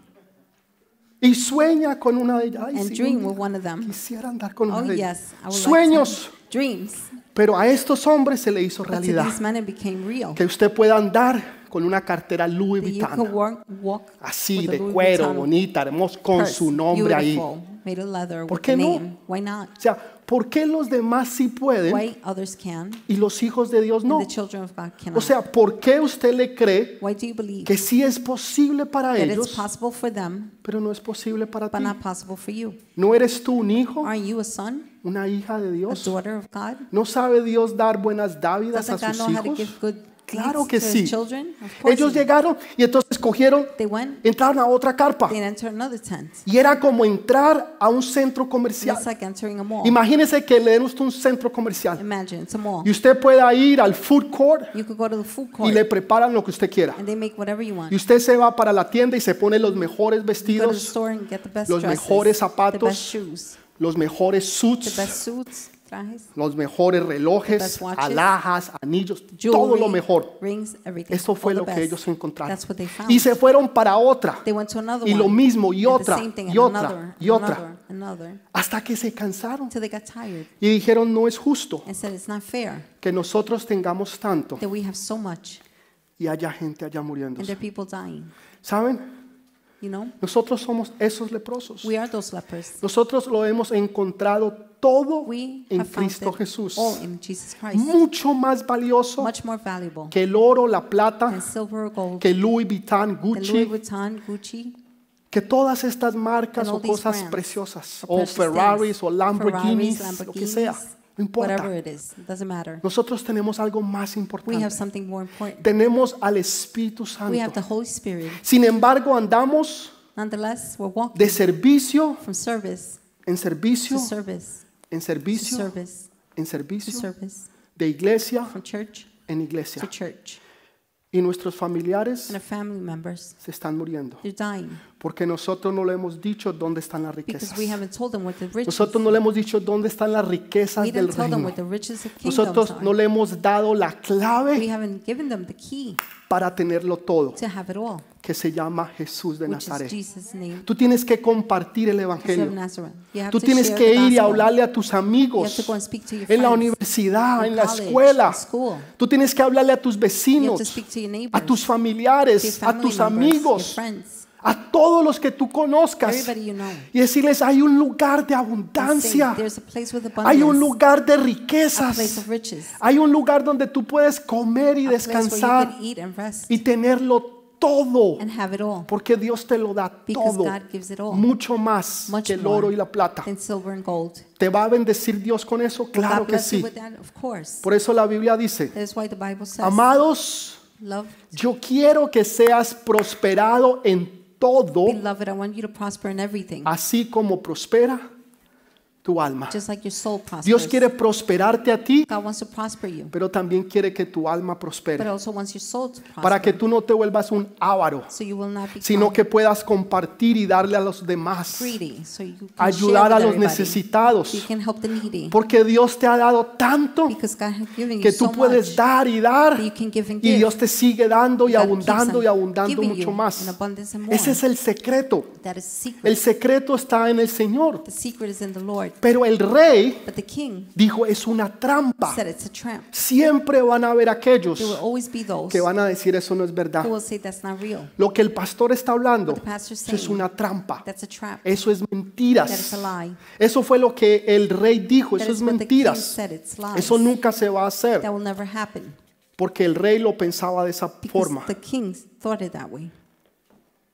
S1: y sueña con una de ellas. Ay,
S2: and
S1: sí,
S2: dream
S1: un
S2: with one of them.
S1: Quisiera andar con
S2: Oh
S1: una de ellas.
S2: yes, I would
S1: Sueños,
S2: like to. Dreams.
S1: pero a estos hombres se le hizo
S2: But to
S1: realidad
S2: these men it became real.
S1: que usted pueda andar con una cartera Louis
S2: That you could
S1: Vuitton,
S2: walk, walk
S1: así
S2: with a
S1: de
S2: Louis
S1: cuero,
S2: Vuitton
S1: bonita, hermosa, con
S2: purse,
S1: su nombre ahí. O
S2: beautiful, made of leather
S1: ¿Por
S2: with the
S1: qué no?
S2: name. Why not?
S1: sea, ¿por qué los demás sí pueden
S2: Why others can
S1: y los hijos de Dios no?
S2: and the children of God cannot?
S1: O sea, ¿por qué usted le cree
S2: Why do you believe
S1: que sí es posible para
S2: that it's
S1: ellos,
S2: possible for them
S1: pero no es posible para
S2: but
S1: ti?
S2: not possible for you?
S1: ¿No eres tú un hijo,
S2: Aren't you a son,
S1: una hija de
S2: a
S1: Dios?
S2: daughter of God?
S1: ¿No sabe Dios dar buenas dávidas a
S2: Doesn't God
S1: sus
S2: know how to
S1: hijos?
S2: give good
S1: Claro
S2: deeds
S1: que
S2: to
S1: sí.
S2: his children? Of course
S1: Ellos
S2: he-
S1: llegaron y entonces cogieron,
S2: They went,
S1: entraron a otra carpa.
S2: they entered another tent.
S1: Y era como entrar a un centro comercial.
S2: It's like entering a mall.
S1: Imagínese que le den usted un centro comercial
S2: Imagine, it's a mall.
S1: y usted pueda ir al food court
S2: You could go to the food
S1: y
S2: court
S1: le preparan lo que usted quiera.
S2: and they make whatever you want.
S1: Y usted se va para la tienda y se pone los mejores
S2: You go to the
S1: vestidos,
S2: store and get the best
S1: los
S2: dresses,
S1: mejores
S2: the best
S1: zapatos,
S2: shoes,
S1: los mejores
S2: the
S1: suits,
S2: best suits, trajes.
S1: los mejores relojes,
S2: best watches,
S1: alhajas, anillos, todo
S2: jewelry,
S1: lo mejor.
S2: Rings, everything,
S1: Eso fue
S2: all the
S1: lo que
S2: best.
S1: ellos encontraron.
S2: That's what they found.
S1: Y se fueron para otra
S2: They went to another
S1: y
S2: one.
S1: lo mismo, y
S2: and the
S1: otra,
S2: same thing,
S1: y
S2: and
S1: otra,
S2: another,
S1: y otra.
S2: another, another,
S1: hasta que se cansaron
S2: until they got tired
S1: y dijeron no es justo
S2: and said, "It's not fair
S1: que nosotros tengamos tanto
S2: that we have so much
S1: y haya gente allá
S2: and there
S1: muriéndose.
S2: are people dying."
S1: ¿Saben?
S2: You know,
S1: Nosotros somos esos leprosos.
S2: we are those lepers.
S1: Nosotros lo hemos encontrado todo
S2: We
S1: en
S2: have found
S1: Cristo
S2: it
S1: Jesús.
S2: all in Jesus Christ,
S1: Mucho más valioso
S2: much more valuable
S1: que el oro, la plata,
S2: than silver or gold,
S1: que Louis Vuitton,
S2: than Louis
S1: Gucci,
S2: Vuitton, Gucci,
S1: que todas estas marcas
S2: and
S1: o
S2: all these
S1: cosas
S2: brands
S1: preciosas,
S2: or
S1: o
S2: precious things.
S1: Ferraris, o
S2: Ferraris,
S1: Lamborghinis, lo que sea,
S2: Lamborghinis,
S1: no
S2: whatever
S1: importa.
S2: it is, it doesn't matter.
S1: Nosotros tenemos algo más
S2: We have
S1: importante.
S2: something more important.
S1: Tenemos al Espíritu
S2: We have the
S1: Santo.
S2: Holy Spirit.
S1: Sin embargo, andamos
S2: Nonetheless, we're walking
S1: de servicio
S2: from service
S1: en servicio,
S2: to service
S1: en
S2: to
S1: servicio,
S2: service
S1: en
S2: to
S1: servicio,
S2: service,
S1: de iglesia
S2: from church
S1: en
S2: to
S1: iglesia.
S2: church.
S1: Y nuestros familiares
S2: And our family members,
S1: se están muriendo
S2: they're dying
S1: porque nosotros no le hemos dicho dónde están las
S2: because
S1: riquezas.
S2: we haven't told them what the riches.
S1: Nosotros no le hemos dicho dónde están las
S2: We
S1: riquezas del
S2: didn't tell them
S1: reino.
S2: what the riches of kingdoms
S1: Nosotros no
S2: are.
S1: le hemos dado la
S2: We
S1: clave
S2: haven't given them the key
S1: para tenerlo todo,
S2: to have it all,
S1: que se llama Jesús de
S2: which is
S1: Nazaret.
S2: Jesus' name.
S1: Tú tienes que compartir el
S2: Jesus of
S1: evangelio.
S2: Nazareth. You have
S1: Tú
S2: to
S1: tienes
S2: share
S1: que
S2: the
S1: ir y
S2: gospel.
S1: hablarle a tus
S2: You have to go and
S1: amigos
S2: speak to your
S1: en la
S2: friends.
S1: universidad,
S2: in
S1: en la
S2: college,
S1: escuela.
S2: in school.
S1: Tú tienes que hablarle a tus
S2: You have to
S1: vecinos,
S2: speak to your neighbors,
S1: a tus
S2: to your
S1: familiares, a
S2: family
S1: tus
S2: members, your
S1: amigos,
S2: friends,
S1: a todos los que tú conozcas
S2: Everybody you know. And
S1: y decirles, hay un lugar de
S2: say,
S1: abundancia,
S2: There's a place with abundance.
S1: hay un lugar de
S2: A place
S1: riquezas,
S2: of riches.
S1: hay un lugar donde tú puedes comer y
S2: A place where you
S1: descansar
S2: can eat and rest
S1: y tenerlo todo,
S2: and have it all.
S1: porque Dios te lo da
S2: Because
S1: todo,
S2: God gives it all.
S1: mucho más
S2: Much
S1: que el
S2: more
S1: oro y la plata.
S2: In silver and gold.
S1: ¿Te va a bendecir Dios con eso? Claro
S2: God
S1: que
S2: bless you
S1: sí.
S2: with that, of course.
S1: Por eso la Biblia dice,
S2: That's why the Bible says,
S1: amados,
S2: "Loved,
S1: yo quiero que seas prosperado en todo,
S2: beloved, I want you to prosper in everything,
S1: así como prospera tu alma.
S2: just like your soul prospers."
S1: Dios quiere prosperarte a ti,
S2: God wants to prosper you,
S1: pero también quiere que tu alma
S2: but
S1: prospere,
S2: also wants your soul to prosper,
S1: para que tú no te vuelvas un avaro,
S2: so you will not be
S1: sino que puedas compartir y darle a los demás,
S2: greedy, so you can
S1: ayudar
S2: share
S1: a los
S2: with everybody, so you
S1: necesitados,
S2: can help the needy,
S1: porque Dios te ha dado tanto
S2: because God has given you
S1: que
S2: so
S1: tú puedes
S2: much
S1: dar y dar
S2: that you can give and
S1: y
S2: give.
S1: Dios te sigue dando y
S2: God
S1: abundando
S2: keeps
S1: y
S2: on
S1: abundando
S2: giving you
S1: mucho
S2: in
S1: más.
S2: abundance and more.
S1: Ese es el secreto.
S2: That is secret.
S1: El secreto está en el Señor.
S2: the secret is in the Lord.
S1: Pero el rey
S2: But the king
S1: dijo, es una trampa.
S2: said it's a tramp.
S1: Siempre van a haber
S2: There will
S1: aquellos
S2: always be those
S1: que van a decir eso no es verdad.
S2: who will say that's not real.
S1: Lo que el pastor está hablando,
S2: The pastor's
S1: eso es
S2: saying
S1: una trampa.
S2: that's a trap.
S1: Eso es
S2: That is
S1: mentiras.
S2: a lie.
S1: Eso fue lo que el rey dijo,
S2: That
S1: eso es
S2: is what the king
S1: mentiras.
S2: said. It's lies.
S1: Eso nunca se va a hacer
S2: That will never happen.
S1: porque el rey lo pensaba de esa
S2: Because
S1: forma.
S2: the king thought it that way.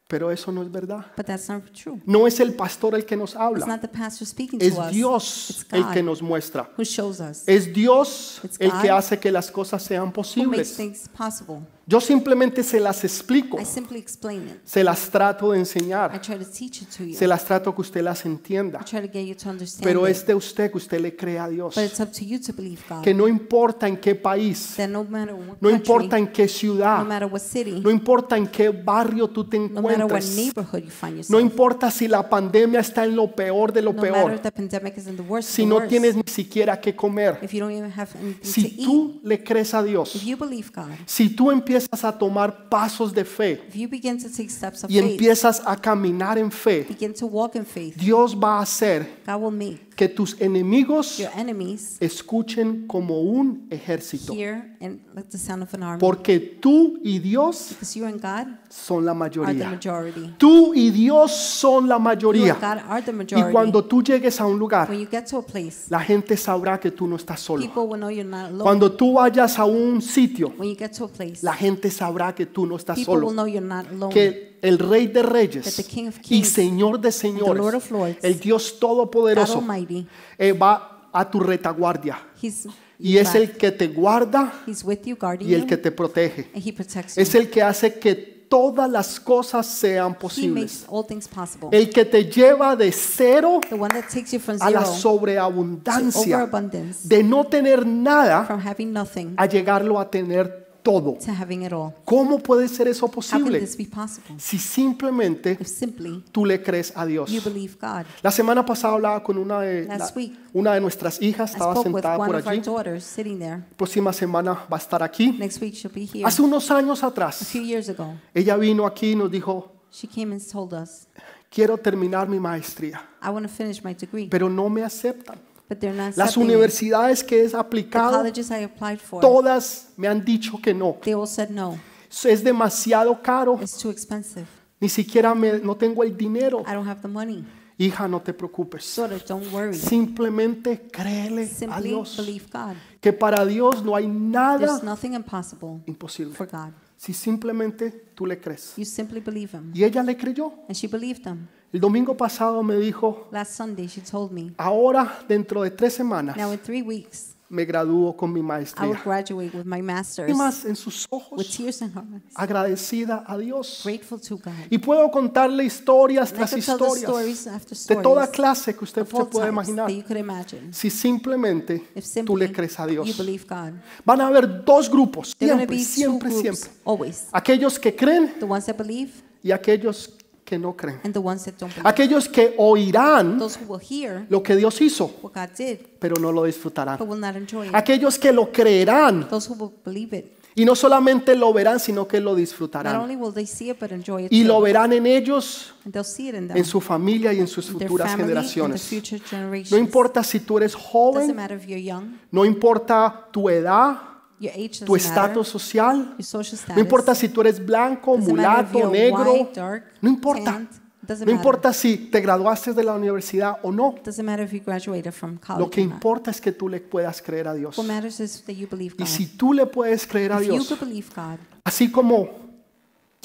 S1: Pero eso no es verdad.
S2: But that's not true.
S1: No es el pastor el que nos
S2: It's
S1: habla,
S2: not the pastor speaking
S1: es
S2: to us. It's
S1: Dios el
S2: God
S1: que nos muestra.
S2: who shows us.
S1: Es Dios
S2: It's
S1: el que
S2: God
S1: hace que las cosas sean
S2: Who makes
S1: posibles.
S2: things possible.
S1: Yo simplemente se las explico,
S2: I simply explain it.
S1: se las trato de
S2: I
S1: enseñar,
S2: try to teach it to you.
S1: se las trato que usted las
S2: I
S1: entienda.
S2: try to get you to understand
S1: Pero
S2: it.
S1: es de usted que usted le crea a Dios.
S2: But it's up to you to believe God.
S1: Que no importa en qué país,
S2: that no matter what
S1: no
S2: country,
S1: importa en qué
S2: no
S1: ciudad,
S2: matter what city,
S1: no importa en qué barrio tú te
S2: no matter what
S1: encuentres,
S2: neighborhood you find
S1: no
S2: yourself,
S1: importa si la pandemia está en lo peor de lo
S2: no matter if
S1: peor,
S2: the pandemic is in the worst,
S1: si
S2: the
S1: no
S2: worst,
S1: tienes ni siquiera qué comer,
S2: if you don't even have anything
S1: Si
S2: to eat,
S1: tú le crees a
S2: if
S1: Dios,
S2: you believe God,
S1: si tú empiezas a tomar pasos de fe
S2: if you begin to take steps of
S1: y
S2: faith,
S1: empiezas a caminar en fe,
S2: begin to walk in faith,
S1: Dios va a hacer
S2: God will make
S1: que tus enemigos
S2: your enemies
S1: escuchen como un ejército,
S2: hear and like the sound of an army,
S1: porque tú y Dios
S2: because you and God
S1: son la
S2: are the
S1: mayoría.
S2: majority.
S1: Tú y Dios son la
S2: You and
S1: mayoría.
S2: God are the
S1: Y
S2: majority.
S1: cuando tú llegues a un lugar,
S2: when you get to a place,
S1: la gente sabrá que tú no estás solo.
S2: people will know you're not alone.
S1: Cuando tú vayas a un sitio,
S2: when you get to a place,
S1: la gente sabrá que tú no estás
S2: people
S1: solo.
S2: will know you're not alone.
S1: que el Rey de
S2: That the
S1: Reyes
S2: King of
S1: y
S2: Kings
S1: Señor de
S2: and the Lord
S1: Señores,
S2: of Lords,
S1: el Dios
S2: God
S1: Todopoderoso,
S2: Almighty,
S1: eh, va a tu retaguardia
S2: He's
S1: y es
S2: back.
S1: el que te guarda
S2: He's with you, guarding
S1: y el
S2: you,
S1: que te protege.
S2: and He protects you.
S1: Es el que hace que todas las cosas sean
S2: he makes
S1: posibles.
S2: all things possible.
S1: El que te lleva de cero
S2: the one that takes you from
S1: a
S2: zero
S1: la
S2: to
S1: sobreabundancia,
S2: overabundance,
S1: de no tener nada
S2: from having nothing
S1: a llegarlo a tener todo.
S2: to having it all.
S1: ¿Cómo puede ser eso
S2: How can
S1: posible?
S2: this be possible?
S1: Si simplemente
S2: If simply
S1: tú le crees a Dios.
S2: you believe God.
S1: La semana pasada hablaba con una de, la-
S2: Last week.
S1: una de nuestras hijas,
S2: I
S1: estaba
S2: spoke with
S1: sentada
S2: one
S1: por
S2: of our
S1: allí.
S2: daughters sitting there.
S1: Próxima semana va a estar aquí.
S2: Next week she'll be here.
S1: Hace unos años
S2: A
S1: atrás,
S2: few years ago,
S1: ella vino aquí y nos dijo,
S2: she came and told us,
S1: quiero terminar mi maestría,
S2: I want to finish my degree,
S1: pero no me aceptan.
S2: but they're not
S1: Las
S2: accepting me.
S1: universidades que he
S2: The
S1: aplicado,
S2: colleges I applied for,
S1: todas me han dicho que no.
S2: they all said no.
S1: Es demasiado caro,
S2: It's too expensive.
S1: ni siquiera me- no tengo el dinero.
S2: I don't have the money.
S1: Hija, no te preocupes.
S2: Daughter, don't worry.
S1: Simplemente créele a
S2: Simply
S1: Dios
S2: believe God.
S1: que para Dios no hay nada
S2: There's nothing impossible
S1: imposible.
S2: for God.
S1: si simplemente tú le crees.
S2: You simply believe Him.
S1: Y ella le creyó.
S2: And she believed Him.
S1: El domingo pasado me dijo,
S2: Last Sunday, she told me,
S1: ahora dentro de tres
S2: now
S1: semanas
S2: in three weeks,
S1: me gradúo con mi
S2: I will
S1: maestría.
S2: graduate with my
S1: Y
S2: master's
S1: más en sus
S2: with
S1: ojos,
S2: tears in her eyes,
S1: agradecida a Dios.
S2: grateful to God.
S1: Y puedo contarle historias
S2: And I
S1: tras
S2: could tell the stories
S1: historias
S2: after
S1: de toda
S2: stories
S1: clase que usted
S2: of
S1: se
S2: all
S1: puede
S2: types
S1: imaginar.
S2: that you could imagine.
S1: Si simplemente
S2: If
S1: tú
S2: simply
S1: le crees a
S2: you
S1: Dios.
S2: believe God,
S1: Van a haber dos grupos,
S2: there are going to
S1: siempre,
S2: be
S1: siempre,
S2: two groups
S1: siempre.
S2: always.
S1: Aquellos que creen
S2: The ones that believe
S1: y aquellos que no creen.
S2: and the ones that don't believe.
S1: Aquellos que oirán
S2: Those who will hear
S1: lo que Dios hizo,
S2: what God did,
S1: pero no lo disfrutarán.
S2: but will not enjoy it.
S1: Aquellos que lo creerán
S2: Those who will believe it,
S1: y no solamente lo verán, sino que lo
S2: not
S1: disfrutarán.
S2: only will they see it, but enjoy it
S1: Y lo
S2: too.
S1: verán en ellos,
S2: And they'll see it in them.
S1: en su familia y en sus
S2: their
S1: futuras
S2: family and the
S1: generaciones.
S2: future generations.
S1: No importa si tú eres
S2: Doesn't
S1: joven,
S2: matter if you're young.
S1: no importa tu edad,
S2: Your age
S1: tu
S2: doesn't matter.
S1: estatus social.
S2: Your social status.
S1: No importa si tú eres blanco,
S2: Doesn't matter if
S1: mulato,
S2: you're
S1: negro.
S2: white, dark,
S1: No importa.
S2: tanned. Doesn't
S1: No
S2: matter.
S1: importa si te graduaste de la universidad o no.
S2: Doesn't matter if you graduated from
S1: Lo
S2: college.
S1: que
S2: or not.
S1: importa es que tú le puedas creer a Dios.
S2: What matters is that you believe
S1: Y
S2: God.
S1: si tú le puedes creer a
S2: if you
S1: Dios,
S2: could believe God,
S1: así como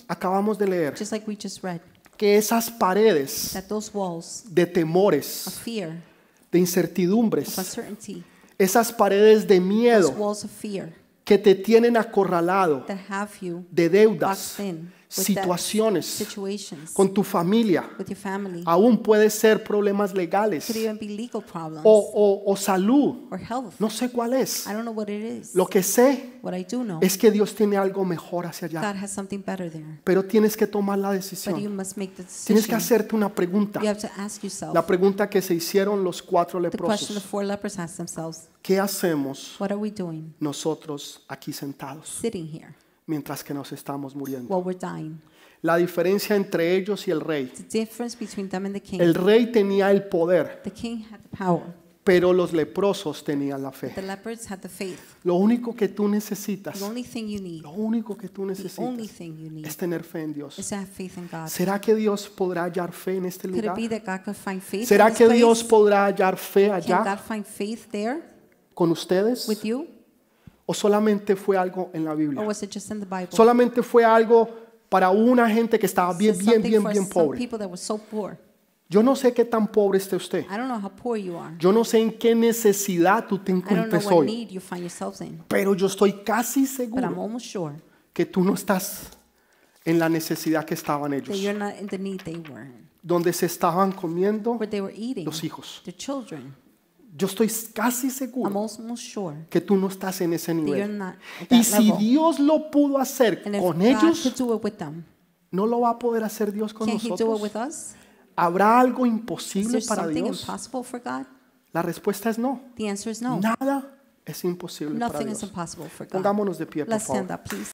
S1: acabamos de leer,
S2: just like we just read,
S1: que esas paredes
S2: that those walls
S1: de
S2: of
S1: temores,
S2: fear,
S1: de
S2: of
S1: incertidumbres,
S2: uncertainty,
S1: esas paredes de
S2: those
S1: miedo
S2: walls of fear
S1: que te tienen acorralado,
S2: that have you
S1: de deudas,
S2: boxed in with that
S1: situaciones,
S2: situations
S1: con Ah. tu familia,
S2: with your family,
S1: aún puede ser problemas
S2: could
S1: legales
S2: even be legal problems
S1: o, o- o salud,
S2: or health.
S1: Oh. no sé cuál es.
S2: I don't know what it is.
S1: Lo que sé
S2: what I do know
S1: es que Dios tiene algo mejor hacia allá,
S2: God has something better there.
S1: pero tienes que tomar la
S2: But you
S1: decisión.
S2: must make the
S1: Tienes
S2: decision.
S1: que hacerte una pregunta,
S2: you have to ask yourself
S1: la pregunta que se hicieron los cuatro
S2: the question the
S1: leprosos.
S2: four lepers asked themselves
S1: ¿Qué hacemos
S2: What are we doing
S1: nosotros aquí sentados
S2: sitting here
S1: mientras que nos estamos muriendo?
S2: while we're dying?
S1: La diferencia entre ellos y el rey.
S2: The difference between them and the king.
S1: El rey tenía el poder,
S2: the king had the power,
S1: pero los leprosos tenían la
S2: the
S1: fe.
S2: lepers had the faith.
S1: Lo único que tú
S2: The
S1: necesitas,
S2: only thing you need,
S1: lo único que tú
S2: the only
S1: necesitas
S2: thing you need,
S1: es tener fe en
S2: is
S1: Dios.
S2: to have faith in God.
S1: ¿Será que Dios podrá hallar fe en este
S2: Could it
S1: lugar?
S2: be that God can find faith?
S1: ¿Será
S2: in this
S1: que
S2: place?
S1: Dios podrá hallar fe
S2: Can God
S1: allá
S2: find faith there
S1: con ustedes?
S2: with you,
S1: ¿O solamente fue algo en la
S2: or
S1: Biblia?
S2: was it just in the Bible?
S1: Solamente fue algo para una gente que estaba bien,
S2: Said
S1: bien,
S2: something
S1: bien,
S2: for
S1: bien
S2: some
S1: pobre.
S2: people that were so poor.
S1: Yo no sé qué tan pobre esté usted.
S2: I don't know how poor you are.
S1: Yo no sé en qué necesidad tú te
S2: I don't know
S1: encuentres
S2: what
S1: hoy.
S2: need you find yourselves in,
S1: Pero yo estoy casi
S2: but I'm
S1: seguro
S2: almost sure
S1: que tú no estás en la necesidad que estaban
S2: that
S1: ellos,
S2: you're not in the need they were in,
S1: donde se estaban comiendo
S2: where they were eating
S1: los hijos.
S2: their children.
S1: Yo estoy casi
S2: I'm
S1: seguro
S2: almost sure
S1: que tú no estás en ese
S2: that you're
S1: nivel.
S2: not at
S1: Y
S2: that
S1: si
S2: level.
S1: Dios lo pudo hacer
S2: and if
S1: con
S2: God
S1: ellos,
S2: could do it with them,
S1: no lo va a poder hacer Dios con
S2: can He do it
S1: nosotros.
S2: with us?
S1: ¿Habrá algo
S2: Is
S1: imposible
S2: there
S1: para
S2: something
S1: Dios?
S2: impossible for God?
S1: La respuesta es no.
S2: The answer is no.
S1: Nada es imposible para
S2: Nothing is
S1: Dios.
S2: impossible for God.
S1: Pongámonos de pie, por
S2: Let's
S1: favor.
S2: stand up, please.